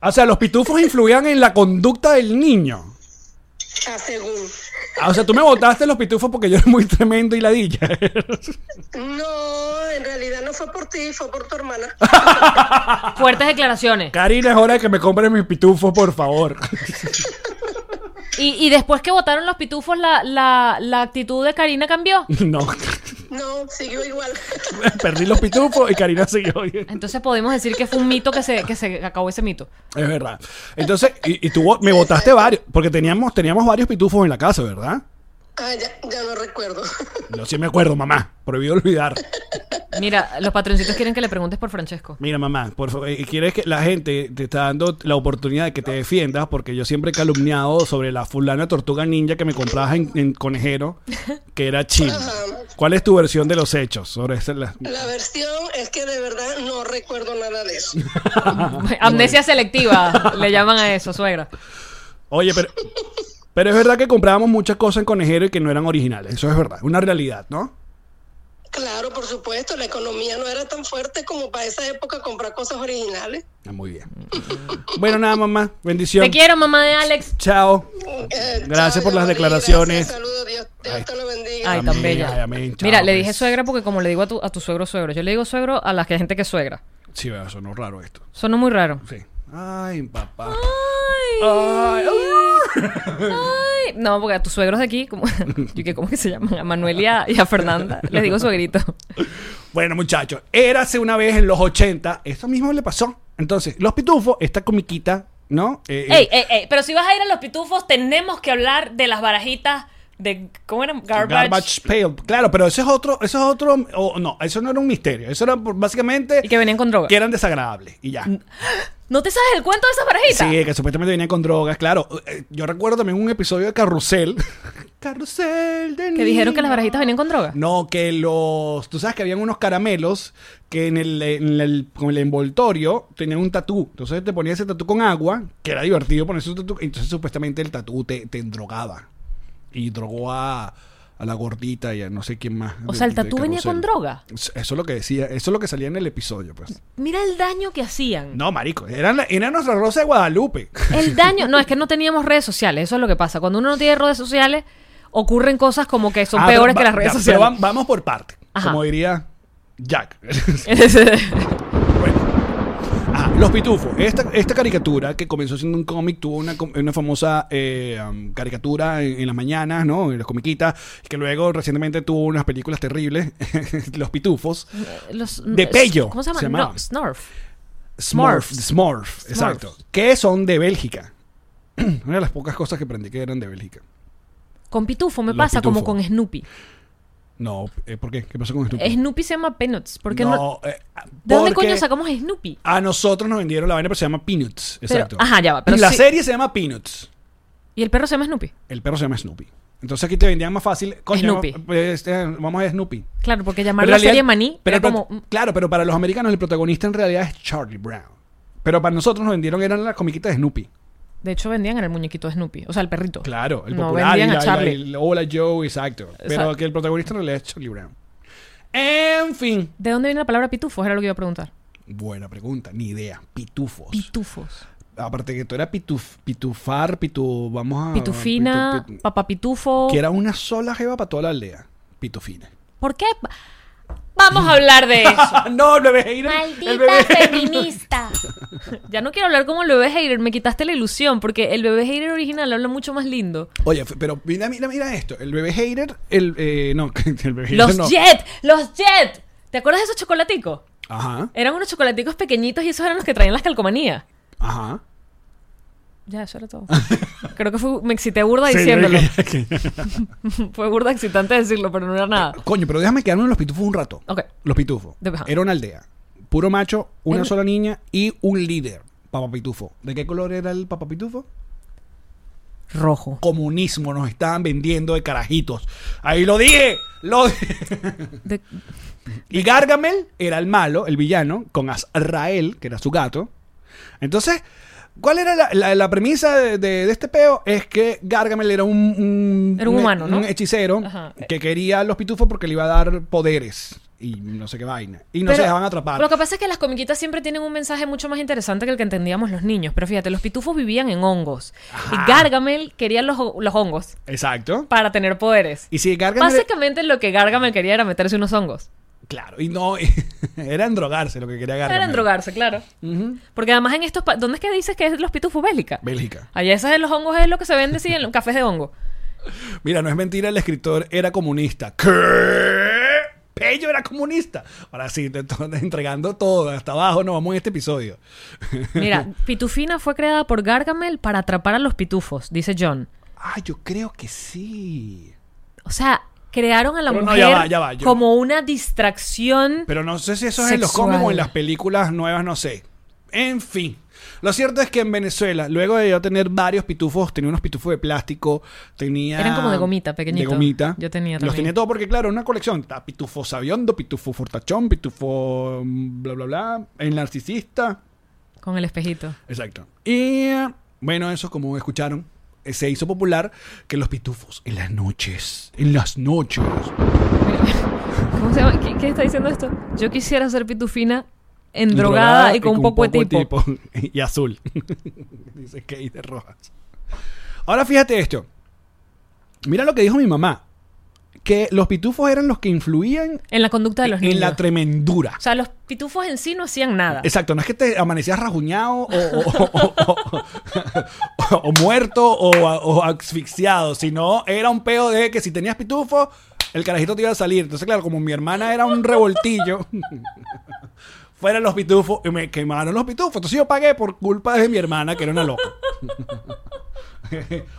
Speaker 1: O sea, los pitufos influían en la conducta del niño.
Speaker 5: a según.
Speaker 1: Ah, o sea, tú me botaste los pitufos porque yo era muy tremendo y ladilla.
Speaker 5: No, en realidad no fue por ti, fue por tu hermana.
Speaker 2: Fuertes declaraciones.
Speaker 1: Karina, es hora de que me compres mis pitufos, por favor.
Speaker 2: Y, y después que votaron los pitufos, la, la, la actitud de Karina cambió.
Speaker 1: no.
Speaker 5: No, siguió igual.
Speaker 1: Perdí los pitufos y Karina siguió. Es
Speaker 2: Entonces podemos decir que fue un mito que se, que se acabó ese mito.
Speaker 1: verdad. Entonces, y, y tú vo- me votaste varios, porque teníamos, teníamos varios pitufos en la casa, ¿verdad?
Speaker 5: Ah, ya, ya no recuerdo.
Speaker 1: No sí me acuerdo, mamá. Prohibido olvidar.
Speaker 2: Mira, los patroncitos quieren que le preguntes por Francesco.
Speaker 1: Mira, mamá, por favor, eh, quieres que la gente te está dando la oportunidad de que te defiendas, porque yo siempre he calumniado sobre la fulana tortuga ninja que me comprabas en, en conejero, que era chino. ¿Cuál es tu versión de los hechos sobre esa- la-
Speaker 5: La versión es que de verdad no recuerdo nada de eso.
Speaker 2: Amnesia selectiva, le llaman a eso, suegra.
Speaker 1: Oye, pero, pero es verdad que comprábamos muchas cosas en conejero y que no eran originales. Eso es verdad, una realidad, ¿no?
Speaker 5: Claro, por supuesto, la economía no era tan fuerte como para esa época comprar cosas originales.
Speaker 1: Ah, Muy bien. Bueno, nada, mamá. Bendición.
Speaker 2: Te quiero, mamá de Alex.
Speaker 1: Chao.
Speaker 5: Eh,
Speaker 1: Gracias
Speaker 5: chao,
Speaker 1: por las
Speaker 5: Dios bendiga,
Speaker 1: declaraciones.
Speaker 5: gracias, Saludos, Dios, Dios
Speaker 1: Ay.
Speaker 5: te lo bendiga.
Speaker 2: Ay, tan
Speaker 1: Amén, ay,
Speaker 2: bella.
Speaker 1: amén, chao,
Speaker 2: Mira, le
Speaker 1: pues.
Speaker 2: dije suegra porque como le digo a tu, a tu suegro suegro, yo le digo suegro a la que- gente que es suegra.
Speaker 1: Sí, va, sonó raro esto.
Speaker 2: Sonó muy raro.
Speaker 1: Sí. Ay, papá.
Speaker 2: Ay, ay. No, porque a tus suegros de aquí, como, yo que, ¿cómo que se llaman? A Manuel y a, y a Fernanda, les digo suegrito.
Speaker 1: Bueno, muchachos, érase una vez en los 80, esto mismo le pasó. Entonces, los pitufos, esta comiquita, ¿no? Eh, eh,
Speaker 2: Ey, ey, ey, pero si vas a ir a los pitufos, tenemos que hablar de las barajitas de. ¿Cómo eran? Garbage.
Speaker 1: Garbage Pail. Claro, pero eso es otro, eso es otro, o no, eso no era un misterio. Eso era por- básicamente
Speaker 2: Y que venían con droga.
Speaker 1: que eran desagradables y ya.
Speaker 2: ¿No te sabes el cuento de esas barajitas?
Speaker 1: Sí, que supuestamente venían con drogas, claro. Eh, Yo recuerdo también un episodio de Carrusel. Carrusel de
Speaker 2: Que dijeron que las barajitas venían con droga.
Speaker 1: No, que los. Tú sabes que habían unos caramelos que en el, en el- con el envoltorio tenían un tatú. Entonces te ponías ese tatú con agua, que era divertido ponerse un tatú. Entonces supuestamente el tatú te, te drogaba. Y drogó a, a la gordita y a no sé quién más.
Speaker 2: O
Speaker 1: de-
Speaker 2: sea, el
Speaker 1: de
Speaker 2: tatú venía
Speaker 1: Carrusel.
Speaker 2: con droga.
Speaker 1: Eso es lo que decía, eso es lo que salía en el episodio, pues.
Speaker 2: Mira el daño que hacían.
Speaker 1: No, marico, eran, la- era nuestra Rosa de Guadalupe.
Speaker 2: El daño, no, es que no teníamos redes sociales, eso es lo que pasa. Cuando uno no tiene redes sociales, ocurren cosas como que son
Speaker 1: Ah,
Speaker 2: peores
Speaker 1: pero va-
Speaker 2: que las redes
Speaker 1: ya, pero
Speaker 2: sociales.
Speaker 1: vam- vamos por parte,
Speaker 2: Ajá.
Speaker 1: como diría Jack.
Speaker 2: Ese-
Speaker 1: Bueno. Ah, Los Pitufos. Esta, esta caricatura que comenzó siendo un cómic tuvo una, com- una famosa eh, um, caricatura en, en las mañanas, ¿no? En las comiquitas, que luego recientemente tuvo unas películas terribles. Los Pitufos.
Speaker 2: Los- eh,
Speaker 1: De Pello,
Speaker 2: ¿Cómo se
Speaker 1: se
Speaker 2: llama?
Speaker 1: llamaba.
Speaker 2: no, Snorf.
Speaker 1: Smurf.
Speaker 2: Smurf.
Speaker 1: Smurf, exacto. Que son de Bélgica. una de las pocas cosas que aprendí que eran de Bélgica.
Speaker 2: Con Pitufo me
Speaker 1: Los
Speaker 2: pasa como
Speaker 1: Pitufo.
Speaker 2: con Snoopy.
Speaker 1: No, eh, ¿por qué? ¿Qué pasó con esto?
Speaker 2: Snoopy se llama Peanuts. ¿Por qué no?
Speaker 1: no, eh,
Speaker 2: ¿De dónde
Speaker 1: porque
Speaker 2: coño sacamos a Snoopy?
Speaker 1: A nosotros nos vendieron la vaina, pero se llama Peanuts.
Speaker 2: Pero-
Speaker 1: Exacto.
Speaker 2: ajá, ya va, pero
Speaker 1: la
Speaker 2: sí-
Speaker 1: serie se llama Peanuts.
Speaker 2: Y el perro se llama Snoopy.
Speaker 1: El perro se llama Snoopy. Entonces aquí te vendían más fácil. Coño,
Speaker 2: Snoopy.
Speaker 1: vamos- este, vamos a Snoopy.
Speaker 2: Claro, porque
Speaker 1: Pero
Speaker 2: llamar
Speaker 1: en
Speaker 2: la
Speaker 1: realidad-
Speaker 2: serie Maní
Speaker 1: pero
Speaker 2: era
Speaker 1: el pro-
Speaker 2: como. mm,
Speaker 1: Claro, pero para los americanos el protagonista en realidad es Charlie Brown. Pero para nosotros nos vendieron eran las comiquitas de Snoopy.
Speaker 2: De hecho, vendían el muñequito de Snoopy. O sea, el perrito.
Speaker 1: Claro, el
Speaker 2: No,
Speaker 1: popular. y
Speaker 2: vendían
Speaker 1: la-
Speaker 2: a
Speaker 1: y la-
Speaker 2: Charlie.
Speaker 1: y el Hola Joe, exacto. Pero
Speaker 2: Exacto.
Speaker 1: que el protagonista en realidad es Charlie Brown. En fin.
Speaker 2: ¿De dónde viene la palabra pitufos? Era lo que iba a preguntar.
Speaker 1: Buena pregunta, ni idea. Pitufos.
Speaker 2: Pitufos.
Speaker 1: Aparte que tú era pituf, pitufar, pitu, vamos a...
Speaker 2: Pitufina,
Speaker 1: Ah, pitu- pitu-
Speaker 2: papapitufo.
Speaker 1: que era una sola jeva para toda la aldea. Pitufina.
Speaker 2: ¿Por qué? Vamos a hablar de eso.
Speaker 1: Ah, no, el bebé Hater, el
Speaker 4: Maldita
Speaker 1: bebé
Speaker 4: feminista.
Speaker 2: Ya no quiero hablar como el bebé hater, me quitaste la ilusión, porque el bebé hater original habla mucho más lindo.
Speaker 1: Oye, f- pero mira, mira, mira esto. El bebé hater, el eh, no, el bebé hater
Speaker 2: ¡Los
Speaker 1: no.
Speaker 2: Jet! ¡Los Jet! ¿Te acuerdas de esos chocolaticos?
Speaker 1: Ajá,
Speaker 2: Eran unos chocolaticos pequeñitos y esos eran los que traían las calcomanías.
Speaker 1: ajá.
Speaker 2: Ya, eso era todo. Creo que fue- me excité burda
Speaker 1: Sí,
Speaker 2: diciéndolo.
Speaker 1: que- que-
Speaker 2: fue burda excitante decirlo, pero no era nada.
Speaker 1: Coño, pero déjame quedarme en los pitufos un rato.
Speaker 2: Ok.
Speaker 1: Los pitufos.
Speaker 2: De- Em. ajá.
Speaker 1: Era una aldea. Puro macho, una
Speaker 2: Era-
Speaker 1: sola niña y un líder. Papá Pitufo. ¿De qué color era el Papá Pitufo?
Speaker 2: Rojo.
Speaker 1: Comunismo, nos estaban vendiendo de carajitos. Ahí lo dije, lo dije.
Speaker 2: De-
Speaker 1: Y Gargamel era el malo, el villano, con Azrael, que era su gato. Entonces, ¿cuál era la, la- la premisa de, de- de este peo? Es que Gargamel era un, un,
Speaker 2: Era un humano, ¿no?
Speaker 1: un hechicero
Speaker 2: Ajá.
Speaker 1: que quería a los pitufos porque le iba a dar poderes y no sé qué vaina. Y no se
Speaker 2: Pero
Speaker 1: dejaban atrapar.
Speaker 2: Lo que pasa es que las comiquitas siempre tienen un mensaje mucho más interesante que el que entendíamos los niños. Pero fíjate, los pitufos vivían en hongos.
Speaker 1: Ajá.
Speaker 2: Y Gargamel quería los, los hongos
Speaker 1: Exacto.
Speaker 2: para tener poderes.
Speaker 1: Y si Gargamel...
Speaker 2: Básicamente lo que Gargamel quería era meterse unos hongos.
Speaker 1: Claro, y no... era drogarse lo que quería Gargamel.
Speaker 2: Era drogarse, claro.
Speaker 1: Ujú.
Speaker 2: Porque además en estos... pa- ¿Dónde es que dices que es los pitufos bélgica?
Speaker 1: Bélgica.
Speaker 2: Allá esas de los hongos es lo que se vende, sí, en los cafés de hongo.
Speaker 1: Mira, no es mentira, el escritor era comunista. ¿Qué? Pello era comunista. Ahora sí, te estoy entregando todo. Hasta abajo nos vamos en este episodio.
Speaker 2: Mira, Pitufina fue creada por Gargamel para atrapar a los pitufos, dice John.
Speaker 1: Ah, yo creo que sí.
Speaker 2: O sea, crearon a la
Speaker 1: Pero no, ya
Speaker 2: mujer
Speaker 1: va, ya va, yo-
Speaker 2: como una distracción.
Speaker 1: Pero no sé si eso es en los
Speaker 2: Sexual.
Speaker 1: cómics o en las películas nuevas, no sé. En fin. Lo cierto es que en Venezuela, luego de yo tener varios pitufos, tenía unos pitufos de plástico, tenía...
Speaker 2: Eran como de gomita,
Speaker 1: De
Speaker 2: pequeñitos.
Speaker 1: gomita.
Speaker 2: Yo tenía
Speaker 1: Los
Speaker 2: también.
Speaker 1: tenía todo porque, claro, era una colección. Estaba pitufo sabiondo, pitufo fortachón, pitufo mm, bla, bla, bla, el narcisista.
Speaker 2: Con el espejito.
Speaker 1: Exacto. Y eh, bueno, eso como escucharon, eh, se hizo popular que los pitufos en las noches, en las noches.
Speaker 2: ¿Cómo se llama? ¿Qué, qué está diciendo esto? Yo quisiera ser pitufina en
Speaker 1: drogada
Speaker 2: drogada y con un poco de tipo.
Speaker 1: y azul. Dice Kate de Rojas. Ahora fíjate esto. Mira lo que dijo mi mamá. Que los pitufos eran los que influían
Speaker 2: En la conducta de los niños.
Speaker 1: en la tremendura.
Speaker 2: o sea, los pitufos en sí no hacían nada.
Speaker 1: Exacto, no es que te amanecías rajuñado o, o- o- o- o- o muerto o, o asfixiado, sino era un peo de que si tenías pitufo, el carajito te iba a salir. Entonces, claro, como mi hermana era un revoltillo, fueron los pitufos y me quemaron los pitufos. Entonces yo pagué por culpa de mi hermana, que era una loca.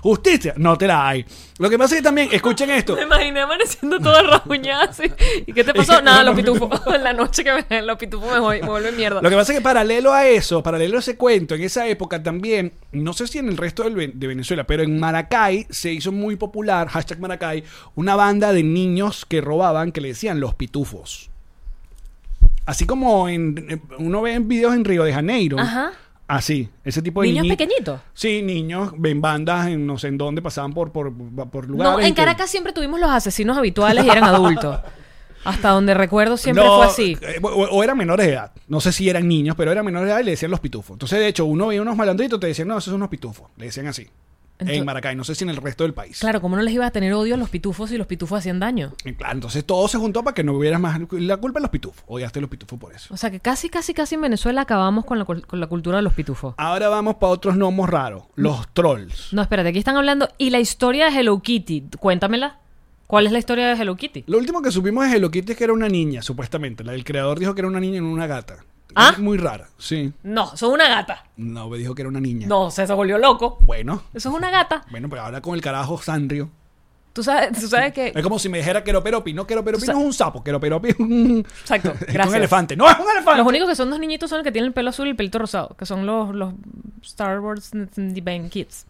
Speaker 1: Justicia, no te la hay. Lo que pasa es que también, escuchen esto.
Speaker 2: Me imaginé amaneciendo toda rajuñada así. ¿Y qué te pasó? Nada, los pitufos. En la noche que me, los pitufos me, voy- me vuelven mierda.
Speaker 1: Lo que pasa es que paralelo a eso, paralelo a ese cuento, en esa época también, no sé si en el resto del Ven- de Venezuela, pero en Maracay se hizo muy popular, hashtag Maracay, una banda de niños que robaban que le decían los pitufos. Así como en, en- uno ve en videos en Río de Janeiro.
Speaker 2: Ajá.
Speaker 1: Así, ese tipo de
Speaker 2: Niños
Speaker 1: niñi-
Speaker 2: pequeñitos.
Speaker 1: Sí, niños, ven bandas en no sé en dónde, pasaban por, por, por lugares.
Speaker 2: No, en
Speaker 1: y que-
Speaker 2: Caracas siempre tuvimos los asesinos habituales y eran adultos. Hasta donde recuerdo siempre
Speaker 1: No,
Speaker 2: fue así.
Speaker 1: eh, O, o eran menores de edad. No sé si eran niños, pero eran menores de edad y le decían los pitufos. Entonces, de hecho, uno veía unos malandritos te decían, no, esos son unos pitufos. Le decían así.
Speaker 2: Ento-
Speaker 1: en Maracay, no sé si en el resto del país.
Speaker 2: Claro, ¿cómo no les iba a tener odio a los pitufos si los pitufos hacían daño?
Speaker 1: Y claro, entonces todo se juntó para que no hubieras más la culpa de los pitufos. Odiaste a los pitufos por eso.
Speaker 2: O sea que casi, casi, casi en Venezuela acabamos con la, cul- con la cultura de los pitufos.
Speaker 1: Ahora vamos para otros gnomos raros, los trolls.
Speaker 2: No, espérate, aquí están hablando. ¿Y la historia de Hello Kitty? Cuéntamela. ¿Cuál es la historia de Hello Kitty?
Speaker 1: Lo último que supimos de Hello Kitty es que era una niña, supuestamente. La- El creador dijo que era una niña y no una gata.
Speaker 2: ¿Ah?
Speaker 1: Es Muy rara, sí.
Speaker 2: No, son una gata.
Speaker 1: No, me dijo que era una niña.
Speaker 2: No, o sea, se volvió loco.
Speaker 1: Bueno,
Speaker 2: Eso es una gata.
Speaker 1: bueno, pero ahora con el carajo Sanrio.
Speaker 2: Tú sabes, tú sabes que.
Speaker 1: Es como si me dijera queroperopi. No, queroperopi
Speaker 2: O sea-
Speaker 1: no es un sapo. Queroperopi es un...
Speaker 2: Exacto,
Speaker 1: es
Speaker 2: gracias.
Speaker 1: un elefante. ¡No, es un elefante!
Speaker 2: Los únicos que son dos niñitos son el que tiene el pelo azul y el pelito rosado, que son los, los Star Wars and the Bang Kids.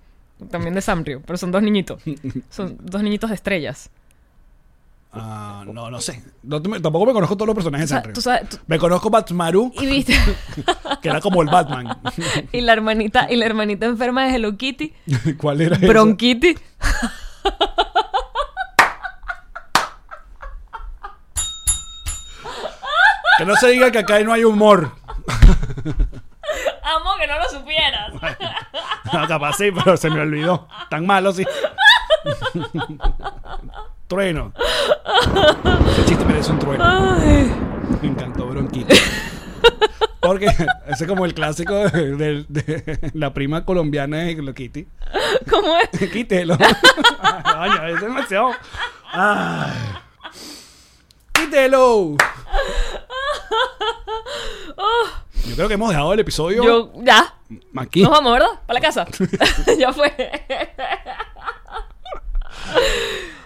Speaker 2: También de Sanrio, pero son dos niñitos. Son dos niñitos de estrellas.
Speaker 1: Ah, no, no sé. No te- tampoco me conozco todos los personajes
Speaker 2: O sea,
Speaker 1: de Sanrio.
Speaker 2: tú sabes, tú-
Speaker 1: Me conozco Batmaru,
Speaker 2: y viste.
Speaker 1: que era como el Batman.
Speaker 2: y la hermanita, y la hermanita enferma de Hello Kitty,
Speaker 1: ¿Cuál era esa?
Speaker 2: Bronquiti.
Speaker 1: Que no se diga que acá no hay humor.
Speaker 2: Amo que no lo supieras.
Speaker 1: No, Ah, capaz sí, pero se me olvidó. Tan malo, sí. trueno. Ese chiste merece un trueno. Me encantó Bronquito. Porque ese es como el clásico de, de- de la prima colombiana de Hello Kitty.
Speaker 2: ¿Cómo es?
Speaker 1: Quítelo. Coño, es demasiado. Ay. Quítelo. Yo creo que hemos dejado el episodio
Speaker 2: Yo, ya.
Speaker 1: aquí.
Speaker 2: Nos vamos, ¿verdad? Para la casa. ya fue.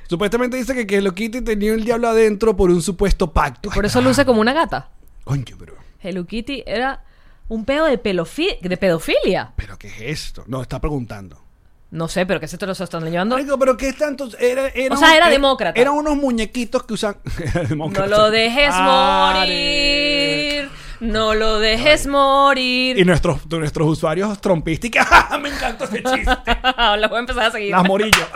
Speaker 1: Supuestamente dice que, que Hello Kitty tenía el diablo adentro por un supuesto pacto.
Speaker 2: Por eso luce como una gata.
Speaker 1: Coño, pero,
Speaker 2: Hello Kitty era un pedo de, pelofi- de pedofilia.
Speaker 1: pero ¿qué es esto? No, está preguntando.
Speaker 2: No sé, pero que se te lo están llevando.
Speaker 1: Marico, pero ¿qué es tanto? Era, era
Speaker 2: O sea, era
Speaker 1: eh,
Speaker 2: demócrata.
Speaker 1: Eran unos muñequitos que usan. Era
Speaker 2: No
Speaker 1: demócrata.
Speaker 2: lo dejes
Speaker 1: Are.
Speaker 2: morir. No lo dejes
Speaker 1: Y
Speaker 2: morir.
Speaker 1: nuestros, nuestros usuarios trompísticos. ¡Ah, me encantó ese chiste.
Speaker 2: Los voy a empezar a seguir.
Speaker 1: Las morillas.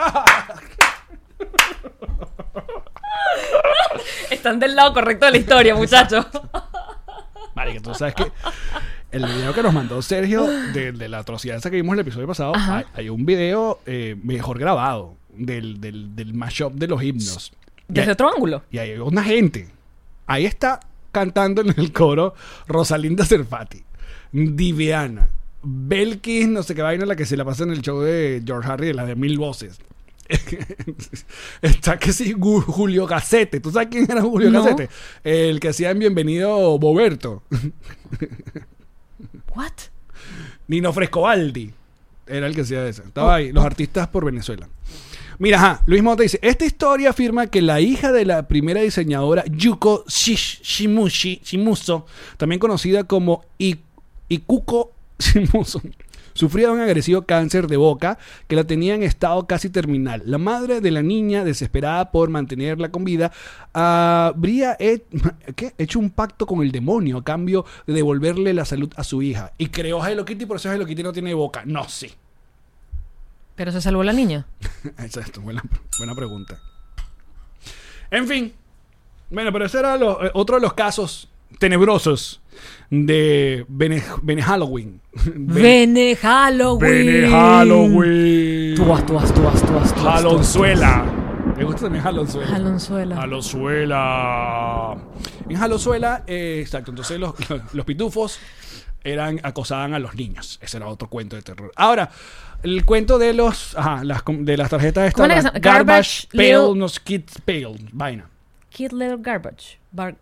Speaker 2: Están del lado correcto de la historia, muchachos.
Speaker 1: Marica, tú sabes que el video que nos mandó Sergio de, de la atrocidad esa que vimos el episodio pasado, hay, hay un video eh, mejor grabado del, del, del mashup de los himnos. Y
Speaker 2: Desde
Speaker 1: hay-
Speaker 2: otro ángulo.
Speaker 1: Y hay una gente. Ahí está cantando en el coro Rosalinda Cerfati, Diviana, Belkis, no sé qué vaina, la que se la pasa en el show de George Harry, la de mil voces. Está que sí, Gu- Julio Gacete. ¿Tú sabes quién era Julio
Speaker 2: No.
Speaker 1: Gacete? El que hacía en Bienvenido Boberto.
Speaker 2: ¿What?
Speaker 1: Nino Frescobaldi era el que hacía eso.
Speaker 2: Oh.
Speaker 1: Estaba ahí, los artistas por Venezuela. Mira, ajá, Luis Mota dice, esta historia afirma que la hija de la primera diseñadora Yuko Shish- Shimushi, Shimuso, también conocida como I- Ikuko Shimuso, sufría de un agresivo cáncer de boca que la tenía en estado casi terminal. La madre de la niña, desesperada por mantenerla con vida, habría he- ¿qué? hecho un pacto con el demonio a cambio de devolverle la salud a su hija. Y creó a Hello Kitty, por eso Hello Kitty no tiene boca. No, sí.
Speaker 2: Pero se salvó la niña.
Speaker 1: Exacto, buena, buena pregunta. En fin. Bueno, pero ese era lo- eh, otro de los casos tenebrosos de Bene, Bene Halloween.
Speaker 2: Bene Halloween.
Speaker 1: Bene Halloween.
Speaker 2: Tuas, tuas, tuas, tuas, tuas,
Speaker 1: Jalonzuela. ¿Te gusta también Jalonzuela?
Speaker 2: tuas. Jalonzuela.
Speaker 1: Jalosuela. En Jalosuela, eh, exacto. Entonces los, los pitufos eran acosaban a los niños. Ese era otro cuento de terror. Ahora, el cuento de los ajá, las, com- de las tarjetas
Speaker 2: ¿Cómo
Speaker 1: estas,
Speaker 2: era
Speaker 1: las
Speaker 2: que se-
Speaker 1: garbage,
Speaker 2: Garbage
Speaker 1: pail,
Speaker 2: Little-
Speaker 1: no sé, kids pail, vaina.
Speaker 2: Kid Little Garbage. Bar-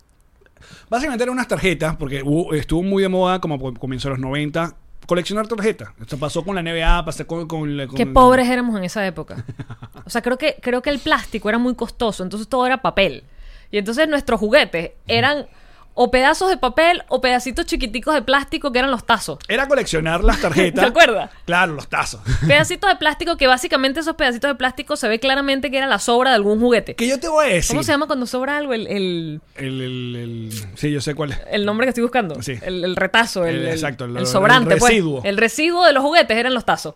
Speaker 1: Básicamente eran unas tarjetas porque hubo- estuvo muy de moda como por- comenzó los 90 coleccionar tarjetas. Esto pasó con la NBA, pasó con, con la- con-
Speaker 2: Qué pobres éramos en esa época. O sea, creo que, creo que el plástico era muy costoso, entonces todo era papel. Y entonces nuestros juguetes eran o pedazos de papel o pedacitos chiquiticos de plástico que eran los tazos.
Speaker 1: Era coleccionar las tarjetas.
Speaker 2: ¿Te acuerdas?
Speaker 1: Claro, los tazos.
Speaker 2: Pedacitos de plástico que básicamente esos pedacitos de plástico se ve claramente que era la sobra de algún juguete.
Speaker 1: que yo te voy a decir.
Speaker 2: ¿Cómo se llama cuando sobra algo? El, el,
Speaker 1: El, el- el- sí, yo sé cuál es.
Speaker 2: el nombre que estoy buscando.
Speaker 1: Sí.
Speaker 2: El, el retazo, el,
Speaker 1: El-
Speaker 2: el-
Speaker 1: exacto, el-
Speaker 2: el sobrante.
Speaker 1: el
Speaker 2: pues.
Speaker 1: residuo.
Speaker 2: El residuo de los juguetes eran los tazos.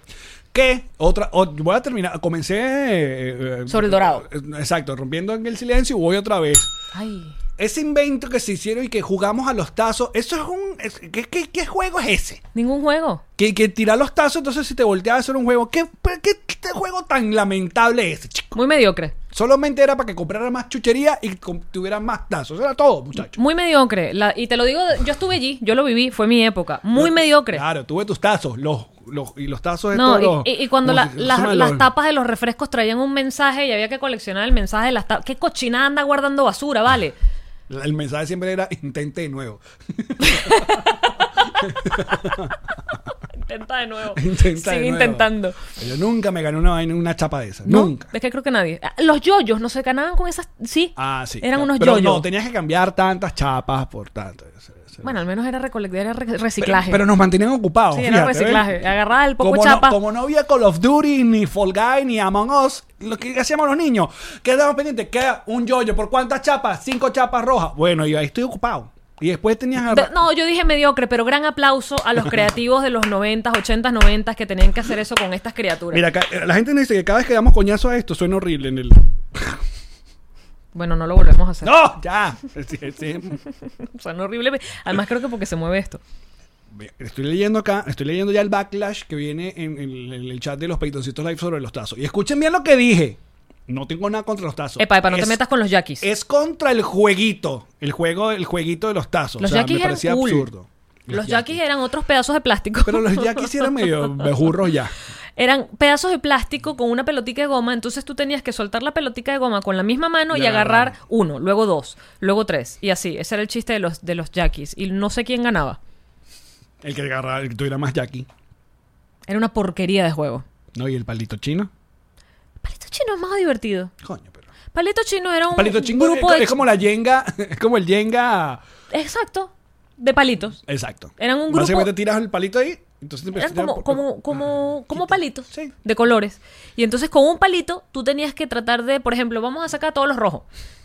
Speaker 1: que otra o- voy a terminar comencé eh, eh,
Speaker 2: Sobre el dorado.
Speaker 1: eh, exacto rompiendo en el silencio y voy otra vez
Speaker 2: Ay.
Speaker 1: ese invento que se hicieron y que jugamos a los tazos eso es un es- ¿qué, qué- qué juego es ese
Speaker 2: Ningún juego.
Speaker 1: que, que tirar los tazos entonces si te volteabas eso era un juego ¿Qué, pero qué, qué juego tan lamentable es ese chico
Speaker 2: Muy mediocre.
Speaker 1: solamente era para que comprara más chuchería y com- tuviera más tazos eso era todo muchachos
Speaker 2: Muy mediocre. La- y te lo digo, yo estuve allí, yo lo viví, fue mi época. Muy mediocre.
Speaker 1: claro tuve tus tazos los, los y los tazos estos,
Speaker 2: No,
Speaker 1: los-
Speaker 2: y- y, y cuando
Speaker 1: ¿cómo
Speaker 2: la-
Speaker 1: se- se
Speaker 2: las,
Speaker 1: llaman?
Speaker 2: las
Speaker 1: Los-
Speaker 2: tapas de los refrescos traían un mensaje y había que coleccionar el mensaje de las tapas. ¿Qué cochinada anda guardando basura, vale?
Speaker 1: El mensaje siempre era intente de nuevo.
Speaker 2: Intenta de nuevo.
Speaker 1: Intenta de
Speaker 2: Sigue
Speaker 1: nuevo.
Speaker 2: intentando.
Speaker 1: Yo nunca me gané una vaina en una chapa de esa.
Speaker 2: ¿No?
Speaker 1: Nunca.
Speaker 2: Es que creo que nadie. Ah, Los yoyos no se ganaban con esas. Sí.
Speaker 1: Ah, sí.
Speaker 2: Eran
Speaker 1: claro.
Speaker 2: unos
Speaker 1: Pero
Speaker 2: yoyos.
Speaker 1: No, tenías que cambiar tantas chapas por tantas. Ese- ese-
Speaker 2: Bueno, al menos era recolectar, era re-
Speaker 1: pero,
Speaker 2: reciclaje.
Speaker 1: pero nos mantenían ocupados.
Speaker 2: Sí, era
Speaker 1: fíjate,
Speaker 2: reciclaje.
Speaker 1: ¿ves?
Speaker 2: Agarraba el poco
Speaker 1: como
Speaker 2: chapa.
Speaker 1: No, como no había Call of Duty, ni Fall Guy, ni Among Us, lo que hacíamos los niños, quedábamos pendientes, queda un yoyo. ¿Por cuántas chapas? Cinco chapas rojas. Bueno, y ahí estoy ocupado. Y después tenías.
Speaker 2: De- no, yo dije mediocre, pero gran aplauso a los creativos de los 90, 80, 90 que tenían que hacer eso con estas criaturas.
Speaker 1: Mira, ca- eh, la gente nos dice que cada vez que damos coñazo a esto suena horrible en el.
Speaker 2: Bueno, no lo volvemos a hacer.
Speaker 1: ¡No! ¡Ya! Sí, sí.
Speaker 2: O sea, no horrible. Además, creo que porque se mueve esto.
Speaker 1: Estoy leyendo acá, estoy leyendo ya el backlash que viene en, en- en el chat de los peitoncitos live sobre los tazos. Y escuchen bien lo que dije. No tengo nada contra los tazos.
Speaker 2: Epa, epa, no
Speaker 1: Es-
Speaker 2: te metas con los yaquis.
Speaker 1: Es contra el jueguito. El juego, el jueguito de los tazos.
Speaker 2: Los
Speaker 1: o sea,
Speaker 2: yaquis
Speaker 1: me
Speaker 2: eran
Speaker 1: parecía
Speaker 2: cool.
Speaker 1: absurdo.
Speaker 2: Los yaquis eran otros pedazos de plástico.
Speaker 1: Pero los yaquis sí eran medio bejurros ya.
Speaker 2: Eran pedazos de plástico con una pelotica de goma. Entonces tú tenías que soltar la pelotica de goma con la misma mano
Speaker 1: Y
Speaker 2: y agarrar
Speaker 1: agarrar.
Speaker 2: uno, luego dos, luego tres. Y así. Ese era el chiste de los, de los yaquis. Y no sé quién ganaba.
Speaker 1: El que agarraba, el que tuviera más yaqui.
Speaker 2: Era una porquería de juego.
Speaker 1: No, y el palito chino.
Speaker 2: Palito chino es más divertido.
Speaker 1: Coño, pero.
Speaker 2: Palito chino era un
Speaker 1: Palito chino es,
Speaker 2: grupo de.
Speaker 1: es como la yenga. Es como el yenga.
Speaker 2: Exacto. De palitos.
Speaker 1: Exacto.
Speaker 2: Eran un grupo-
Speaker 1: Básicamente tiras el palito ahí. Entonces te
Speaker 2: Eran
Speaker 1: empiezas a tirar
Speaker 2: como,
Speaker 1: por-
Speaker 2: como, como, como
Speaker 1: quita.
Speaker 2: palitos
Speaker 1: Sí.
Speaker 2: de colores. Y entonces con un palito tú tenías que tratar de, por ejemplo, vamos a sacar todos los rojos.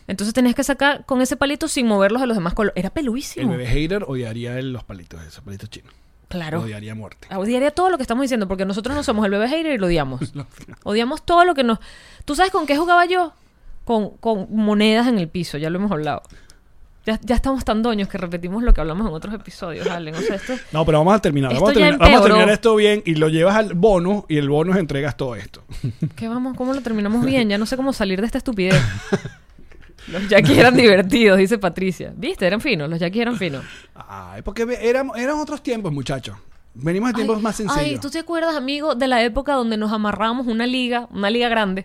Speaker 2: Entonces tenías que sacar con ese palito sin moverlos de los demás colores. Era
Speaker 1: El
Speaker 2: peluísimo.
Speaker 1: bebé hater odiaría el- los palitos esos, palitos chinos.
Speaker 2: Claro.
Speaker 1: Odiaría a muerte.
Speaker 2: Odiaría todo lo que estamos diciendo porque nosotros no somos el bebé hater y lo odiamos. odiamos todo lo que nos... ¿Tú sabes con qué jugaba yo? Con, con monedas en el piso, ya lo hemos hablado. Ya, ya estamos tan doños que repetimos lo que hablamos en otros episodios, Allen. O sea, esto...
Speaker 1: No, pero vamos a terminar.
Speaker 2: Esto
Speaker 1: Vamos a
Speaker 2: ya
Speaker 1: terminar, vamos a
Speaker 2: empeoró.
Speaker 1: terminar esto bien y lo llevas al bonus y el bonus entregas todo esto.
Speaker 2: ¿Qué vamos? ¿Cómo lo terminamos bien? Ya no sé cómo salir de esta estupidez. Los yaquis eran divertidos, dice Patricia. ¿Viste? Eran finos, los yaquis eran finos.
Speaker 1: Ay, porque ve- eran, eran otros tiempos, muchachos. Venimos de tiempos
Speaker 2: Ay,
Speaker 1: más
Speaker 2: Ay,
Speaker 1: sencillos.
Speaker 2: ¿tú te acuerdas, amigo, de la época donde nos amarrábamos una liga, una liga grande,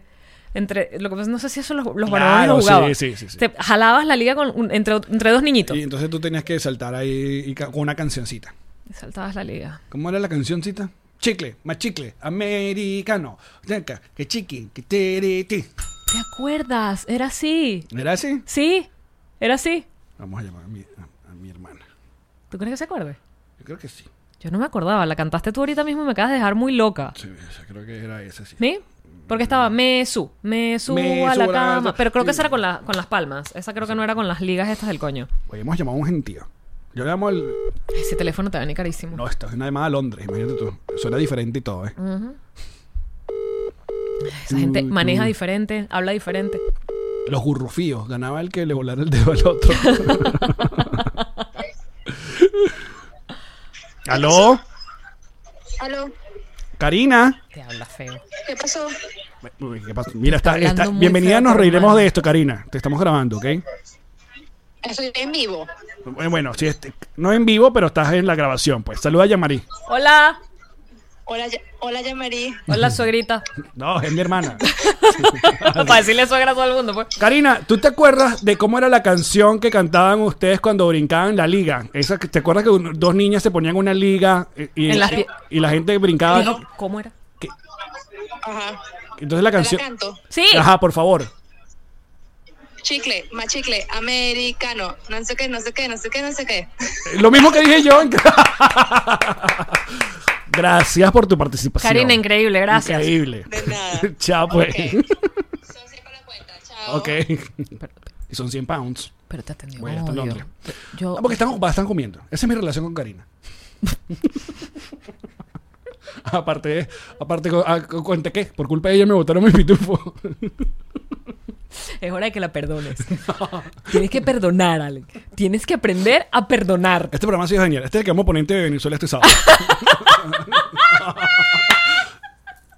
Speaker 2: Entre, lo que pasa, no sé si eso los,
Speaker 1: Claro,
Speaker 2: los varones lo
Speaker 1: sí,
Speaker 2: jugaban.
Speaker 1: sí, sí, sí.
Speaker 2: Te jalabas la liga con un- entre, entre dos niñitos.
Speaker 1: Y entonces tú tenías que saltar ahí y ca- con una cancioncita.
Speaker 2: Saltabas la liga.
Speaker 1: ¿Cómo era la cancioncita? Chicle, más chicle, americano. Cerca, que chiqui, que tiri, ti.
Speaker 2: ¿Te acuerdas? Era así.
Speaker 1: ¿Era así?
Speaker 2: Sí, era así.
Speaker 1: Vamos a llamar a mi, a- a mi hermana.
Speaker 2: ¿Tú crees que se acuerde?
Speaker 1: Yo creo que sí.
Speaker 2: Yo no me acordaba. La cantaste tú ahorita mismo y me acabas de dejar muy loca.
Speaker 1: Sí, o sea, creo que era esa sí.
Speaker 2: ¿Sí? Porque estaba me su, me subo
Speaker 1: Me
Speaker 2: a la
Speaker 1: subo a Mm. la-
Speaker 2: cama. Pero creo que esa era con, la- con las palmas. Esa creo que no era con las ligas estas del coño.
Speaker 1: Oye, hemos llamado a un gentío. Yo llamo al.
Speaker 2: Ese teléfono te va a venir carísimo.
Speaker 1: No, esto es una llamada a Londres, imagínate tú. Suena diferente y todo, ¿eh?
Speaker 2: Esa
Speaker 1: Mm,
Speaker 2: gente maneja diferente, habla diferente.
Speaker 1: Los gurrufíos. Ganaba el que le volara el dedo al otro. ¿Aló?
Speaker 6: Aló,
Speaker 1: Karina.
Speaker 2: Te habla feo.
Speaker 6: ¿qué pasó?
Speaker 1: Uy, ¿qué pasó? Mira, está,
Speaker 2: hablando
Speaker 1: está-
Speaker 2: muy
Speaker 1: bienvenida,
Speaker 2: feo
Speaker 1: nos
Speaker 2: por
Speaker 1: reiremos
Speaker 2: mano.
Speaker 1: de esto, Karina. Te estamos grabando, ¿ok?
Speaker 6: Estoy en vivo.
Speaker 1: Eh, Bueno, sí, este- no en vivo, pero estás en la grabación, pues. Saluda a Yamari.
Speaker 2: Hola,
Speaker 6: Hola, Ya- hola, Yamari.
Speaker 2: hola suegrita.
Speaker 1: No, es mi hermana.
Speaker 2: Para decirle suegra a todo el mundo, pues.
Speaker 1: Karina, ¿tú te acuerdas de cómo era la canción que cantaban ustedes cuando brincaban la liga? Esa, que- ¿Te acuerdas que un- dos niñas se ponían una liga eh, y,
Speaker 2: En la-
Speaker 1: y, y la gente brincaba?
Speaker 2: Dijo, ¿Cómo era?
Speaker 6: Ajá.
Speaker 1: Entonces la
Speaker 6: Te la
Speaker 1: canción...
Speaker 6: canto.
Speaker 2: Sí.
Speaker 1: Ajá, por favor.
Speaker 6: Chicle, más chicle, americano. No sé qué, no sé qué, no sé qué, no sé qué.
Speaker 1: Lo mismo que dije yo. Gracias por tu participación.
Speaker 2: Karina, increíble, gracias.
Speaker 1: Increíble.
Speaker 6: De nada.
Speaker 1: Chao, pues.
Speaker 6: Son siempre la cuenta. Chao.
Speaker 1: Ok. Y son 100 pounds.
Speaker 2: Pero te atendió.
Speaker 1: Bueno, está en
Speaker 2: odio.
Speaker 1: Londres.
Speaker 2: Yo,
Speaker 1: Ah, porque están ocupadas, están comiendo. Esa es mi relación con Karina. aparte, aparte, co- ah, co- cuente qué. Por culpa de ella me botaron mi pitufo.
Speaker 2: es hora de que la perdones. Tienes que perdonar, Alec. Tienes que aprender a perdonarte.
Speaker 1: Este programa ha sido genial. Este es el que vamos a ponente de Venezuela este sábado.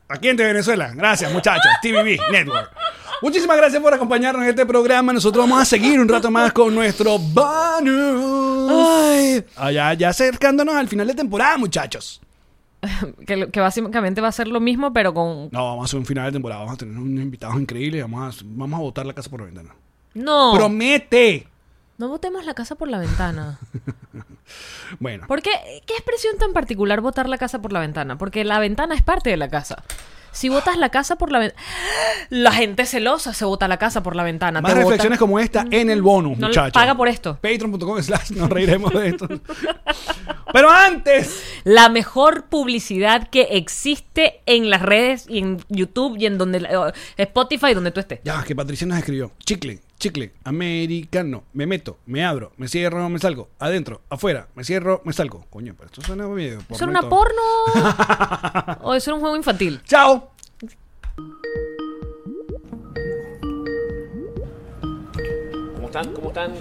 Speaker 1: Aquí en TV Venezuela. Gracias, muchachos. TVB Network. Muchísimas gracias por acompañarnos en este programa. Nosotros vamos a seguir un rato más con nuestro bonus. Allá, ya acercándonos al final de temporada, muchachos.
Speaker 2: Que, lo- que básicamente va a ser lo mismo, pero con...
Speaker 1: No, vamos a hacer un final de temporada. Vamos a tener unos invitados increíbles. Vamos a, vamos a botar la casa por la ventana.
Speaker 2: No,
Speaker 1: ¡Promete!
Speaker 2: no botemos la casa por la ventana.
Speaker 1: Bueno,
Speaker 2: ¿Por qué? ¿Qué expresión tan particular botar la casa por la ventana? Porque la ventana es parte de la casa. Si botas la casa por la ventana... La gente celosa se bota la casa por la ventana.
Speaker 1: más
Speaker 2: Te bota-
Speaker 1: reflexiones como esta en el bonus,
Speaker 2: No,
Speaker 1: muchachos.
Speaker 2: paga por esto.
Speaker 1: Patreon.com slash nos reiremos de esto. Pero antes.
Speaker 2: La mejor publicidad que existe en las redes y en YouTube y en donde... la- Spotify, donde tú estés.
Speaker 1: Ya, que Patricia nos escribió. Chicle, chicle, americano. Me meto, me abro, me cierro, me salgo. Adentro, afuera, me cierro, me salgo. Coño, pero esto suena medio porno
Speaker 2: ¿Eso
Speaker 1: y
Speaker 2: era una
Speaker 1: todo.
Speaker 2: porno? ¿O eso era un juego infantil?
Speaker 1: ¡Chao!
Speaker 7: ¿Cómo están? ¿Cómo están?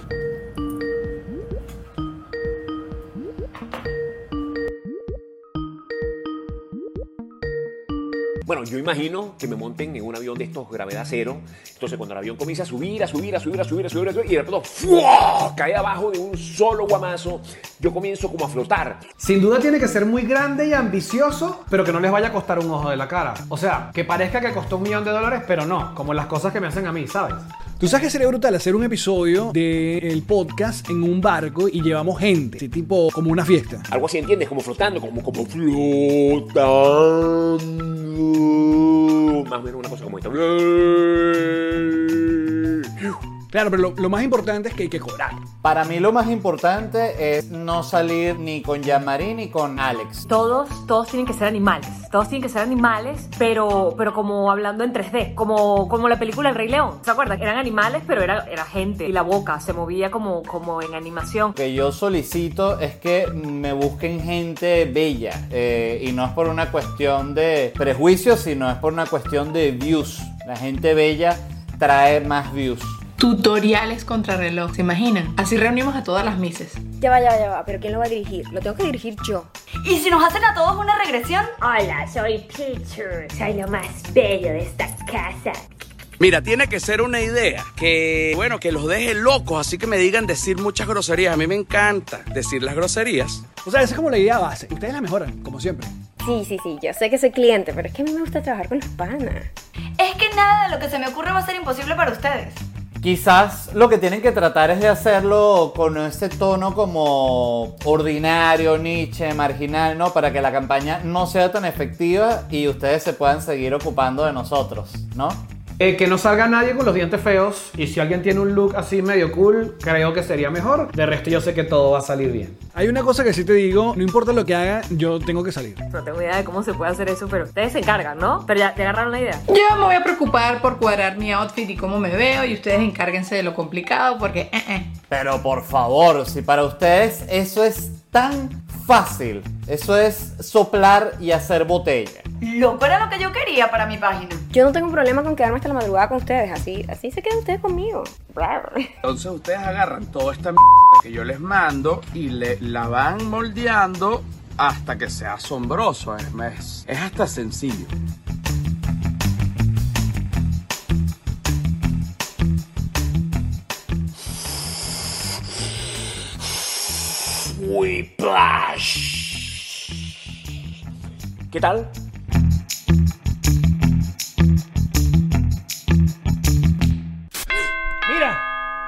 Speaker 7: Bueno, yo imagino que me monten en un avión de estos gravedad cero. Entonces, cuando el avión comienza a subir, a subir, a subir, a subir, a subir, a subir, y de repente ¡fua! cae abajo de un solo guamazo, yo comienzo como a flotar.
Speaker 8: Sin duda tiene que ser muy grande y ambicioso, pero que no les vaya a costar un ojo de la cara. O sea, que parezca que costó un millón de dólares, pero no, como las cosas que me hacen a mí, ¿sabes?
Speaker 1: Tú sabes que sería brutal hacer un episodio del podcast en un barco y llevamos gente, sí, tipo como una fiesta.
Speaker 7: Algo así, ¿entiendes? Como flotando, como, como flotando. Más o menos una cosa como esta.
Speaker 1: Claro, pero lo, lo más importante es que hay que cobrar.
Speaker 9: Para mí lo más importante es no salir ni con Yamari ni con Alex.
Speaker 10: Todos, todos tienen que ser animales. Todos tienen que ser animales, pero, pero como hablando en 3D, como, como la película El Rey León. ¿Se acuerdan? Eran animales, pero era, era gente. Y la boca se movía como, como en animación.
Speaker 9: Lo que yo solicito es que me busquen gente bella eh, y no es por una cuestión de prejuicios, sino es por una cuestión de views. La gente bella trae más views.
Speaker 6: Tutoriales contra reloj, ¿se imaginan? Así reunimos a todas las mises.
Speaker 3: Ya va, ya va, ya va. ¿Pero quién lo va a dirigir? Lo tengo que dirigir yo.
Speaker 10: ¿Y si nos hacen a todos una regresión?
Speaker 3: Hola, soy Peter. Soy lo más bello de esta casa.
Speaker 8: Mira, tiene que ser una idea que, bueno, que los deje locos, así que me digan decir muchas groserías. A mí me encanta decir las groserías.
Speaker 1: O sea, esa es como la idea base. Ustedes la mejoran, como siempre.
Speaker 3: Sí, sí, sí. Yo sé que soy cliente, pero es que a mí me gusta trabajar con los panas.
Speaker 10: Es
Speaker 11: Es que nada de lo que se me ocurre va a ser imposible para ustedes.
Speaker 9: Quizás lo que tienen que tratar es de hacerlo con ese tono como ordinario, niche, marginal, ¿no? Para que la campaña no sea tan efectiva y ustedes se puedan seguir ocupando de nosotros, ¿no?
Speaker 8: Eh, que no salga nadie con los dientes feos y si alguien tiene un look así medio cool, creo que sería mejor. De resto yo sé que todo va a salir bien.
Speaker 1: Hay una cosa que sí te digo, no importa lo que haga, yo tengo que salir.
Speaker 10: No tengo idea de cómo se puede hacer eso, pero ustedes se encargan, ¿no? Pero ya te agarraron la idea.
Speaker 11: Yo me voy a preocupar por cuadrar mi outfit y cómo me veo y ustedes encárguense de lo complicado porque... eh, eh.
Speaker 9: Pero por favor, si para ustedes eso es tan fácil, eso es soplar y hacer botella.
Speaker 11: Loco era lo que yo quería para mi página.
Speaker 12: Yo no tengo un problema con quedarme hasta la madrugada con ustedes, así, así se quedan ustedes conmigo. Rar.
Speaker 13: Entonces ustedes agarran toda esta m que yo les mando y le, la van moldeando hasta que sea asombroso. Es, es- es hasta sencillo.
Speaker 7: Whiplash. ¿Qué tal?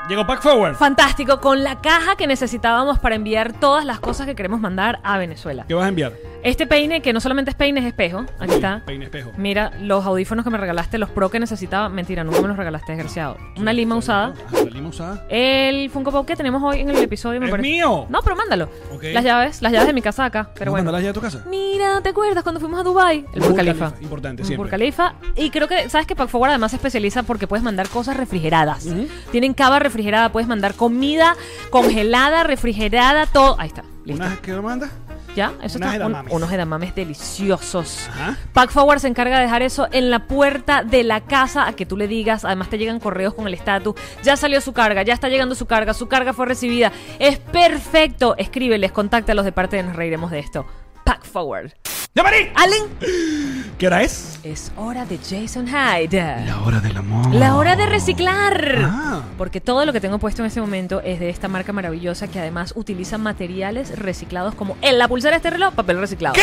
Speaker 1: Llegó Pack Forward.
Speaker 2: Fantástico, con la caja que necesitábamos para enviar todas las cosas que queremos mandar a Venezuela.
Speaker 1: ¿Qué vas a enviar?
Speaker 2: Este peine, que no solamente es peine, es espejo. Aquí está.
Speaker 1: Peine espejo.
Speaker 2: Mira, los audífonos que me regalaste, los pro que necesitaba. Mentira, nunca me los regalaste, desgraciado. Una lima usada.
Speaker 1: La Ah, lima usada.
Speaker 2: El Funko Pop que tenemos hoy en el episodio, me
Speaker 1: ¡Es
Speaker 2: parece.
Speaker 1: mío!
Speaker 2: No, pero mándalo.
Speaker 1: Ok.
Speaker 2: Las llaves, las llaves de mi casa acá. Pero
Speaker 1: ¿Vamos a
Speaker 2: bueno.
Speaker 1: mandarlas ya a tu casa?
Speaker 2: Mira, ¿te acuerdas cuando fuimos a Dubai? El Burj Khalifa.
Speaker 1: Importante,
Speaker 2: Un
Speaker 1: siempre.
Speaker 2: Burj Khalifa. Y creo que, ¿sabes que Pack Forward además se especializa porque puedes mandar cosas refrigeradas. Tienen cava refrigerada, puedes mandar comida congelada, refrigerada, todo. Ahí está.
Speaker 1: ¿Unas que lo mandas?
Speaker 2: ¿Ya? Eso
Speaker 1: Unas
Speaker 2: está. un-
Speaker 1: edamames.
Speaker 2: unos edamames deliciosos. Pack Forward se encarga de dejar eso en la puerta de la casa a que tú le digas. Además, te llegan correos con el estatus. Ya salió su carga, ya está llegando su carga, su carga fue recibida. Es perfecto. Escríbeles, contáctalos de parte de Nos Reiremos de esto. Pack Forward.
Speaker 1: ¡Yamari!
Speaker 2: ¡Allen!
Speaker 1: ¿Qué hora es?
Speaker 2: Es hora de Jason Hyde.
Speaker 1: La hora del amor.
Speaker 2: La hora de reciclar.
Speaker 1: Ah.
Speaker 2: Porque todo lo que tengo puesto en este momento es de esta marca maravillosa que además utiliza materiales reciclados como en la pulsera de este reloj, papel reciclado.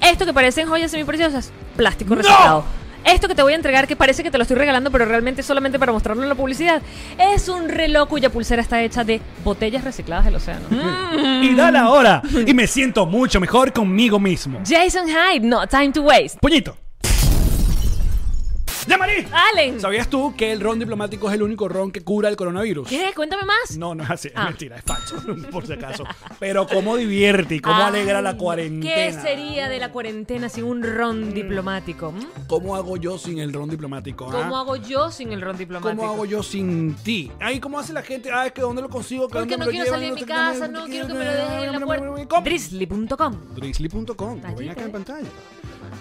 Speaker 2: Esto que parecen joyas semipreciosas, plástico reciclado. Esto que te voy a entregar, que parece que te lo estoy regalando, pero realmente es solamente para mostrarlo en la publicidad, es un reloj cuya pulsera está hecha de botellas recicladas del océano.
Speaker 1: Mm.
Speaker 2: Mm.
Speaker 1: Y da la hora. Y me siento mucho mejor conmigo mismo.
Speaker 2: Jason Hyde, no time to waste.
Speaker 1: Puñito. ¡Yamari!
Speaker 2: ¡Allen!
Speaker 1: ¿Sabías tú que el ron diplomático es el único ron que cura el coronavirus?
Speaker 2: ¿Qué? Cuéntame más.
Speaker 1: No, no es así, es
Speaker 2: Ah.
Speaker 1: mentira, es falso, por si acaso. Pero cómo divierte y cómo
Speaker 2: Ay,
Speaker 1: alegra la
Speaker 2: Ah, ¿Qué
Speaker 1: cuarentena.
Speaker 2: sería de la cuarentena sin un ron diplomático? ¿Mm?
Speaker 1: ¿Cómo hago yo sin el ron diplomático? ah?
Speaker 2: ¿Cómo hago yo sin el ron diplomático?
Speaker 1: ¿Cómo hago yo sin ti? Ay, ¿cómo hace la gente? Ah, es que ¿dónde lo consigo? ¿Que dónde
Speaker 2: Porque no
Speaker 1: me lo
Speaker 2: quiero
Speaker 1: llevan?
Speaker 2: salir de mi
Speaker 1: sé qué,
Speaker 2: casa,
Speaker 1: sé
Speaker 2: no
Speaker 1: qué,
Speaker 2: quiero que
Speaker 1: eh,
Speaker 2: me lo dejen en la puerta. Drizzly.com.
Speaker 1: Drizzly.com. que
Speaker 2: Allí
Speaker 1: Ven acá
Speaker 2: te-
Speaker 1: en pantalla.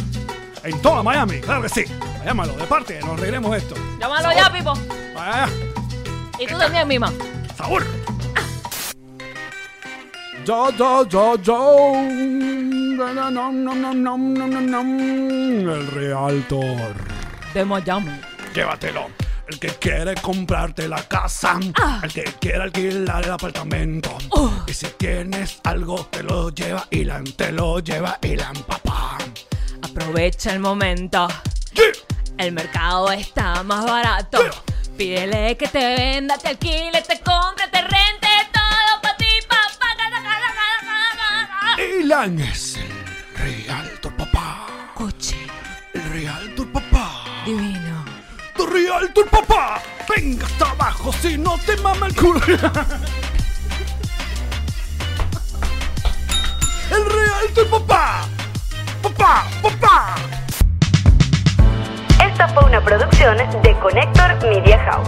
Speaker 1: En toda Miami, claro que sí. Llámalo, de parte, nos reiremos de esto.
Speaker 2: Llámalo ya, Pipo.
Speaker 1: Ah,
Speaker 2: Y tú también, Mima.
Speaker 1: ¡Sabor! Yo, yo, yo, yo. Nom, nom, nom, nom, nom, nom, nom. El Realtor.
Speaker 2: De Miami.
Speaker 1: Llévatelo. El que quiere comprarte la casa. El que quiere alquilar el apartamento. Y si tienes algo, te lo lleva Ilan, te lo lleva Ilan, papá.
Speaker 2: Aprovecha el momento. El mercado está más barato. Pídele que te venda, te alquile, te compre, te rente todo para ti, papá.
Speaker 1: El es el real tu papá.
Speaker 2: Coche.
Speaker 1: El real tu papá.
Speaker 2: Divino.
Speaker 1: Tu real tu papá. Venga hasta abajo si no te mama el culo. El real tu papá. Papá, papá.
Speaker 14: Esta fue una producción de Connector Media House.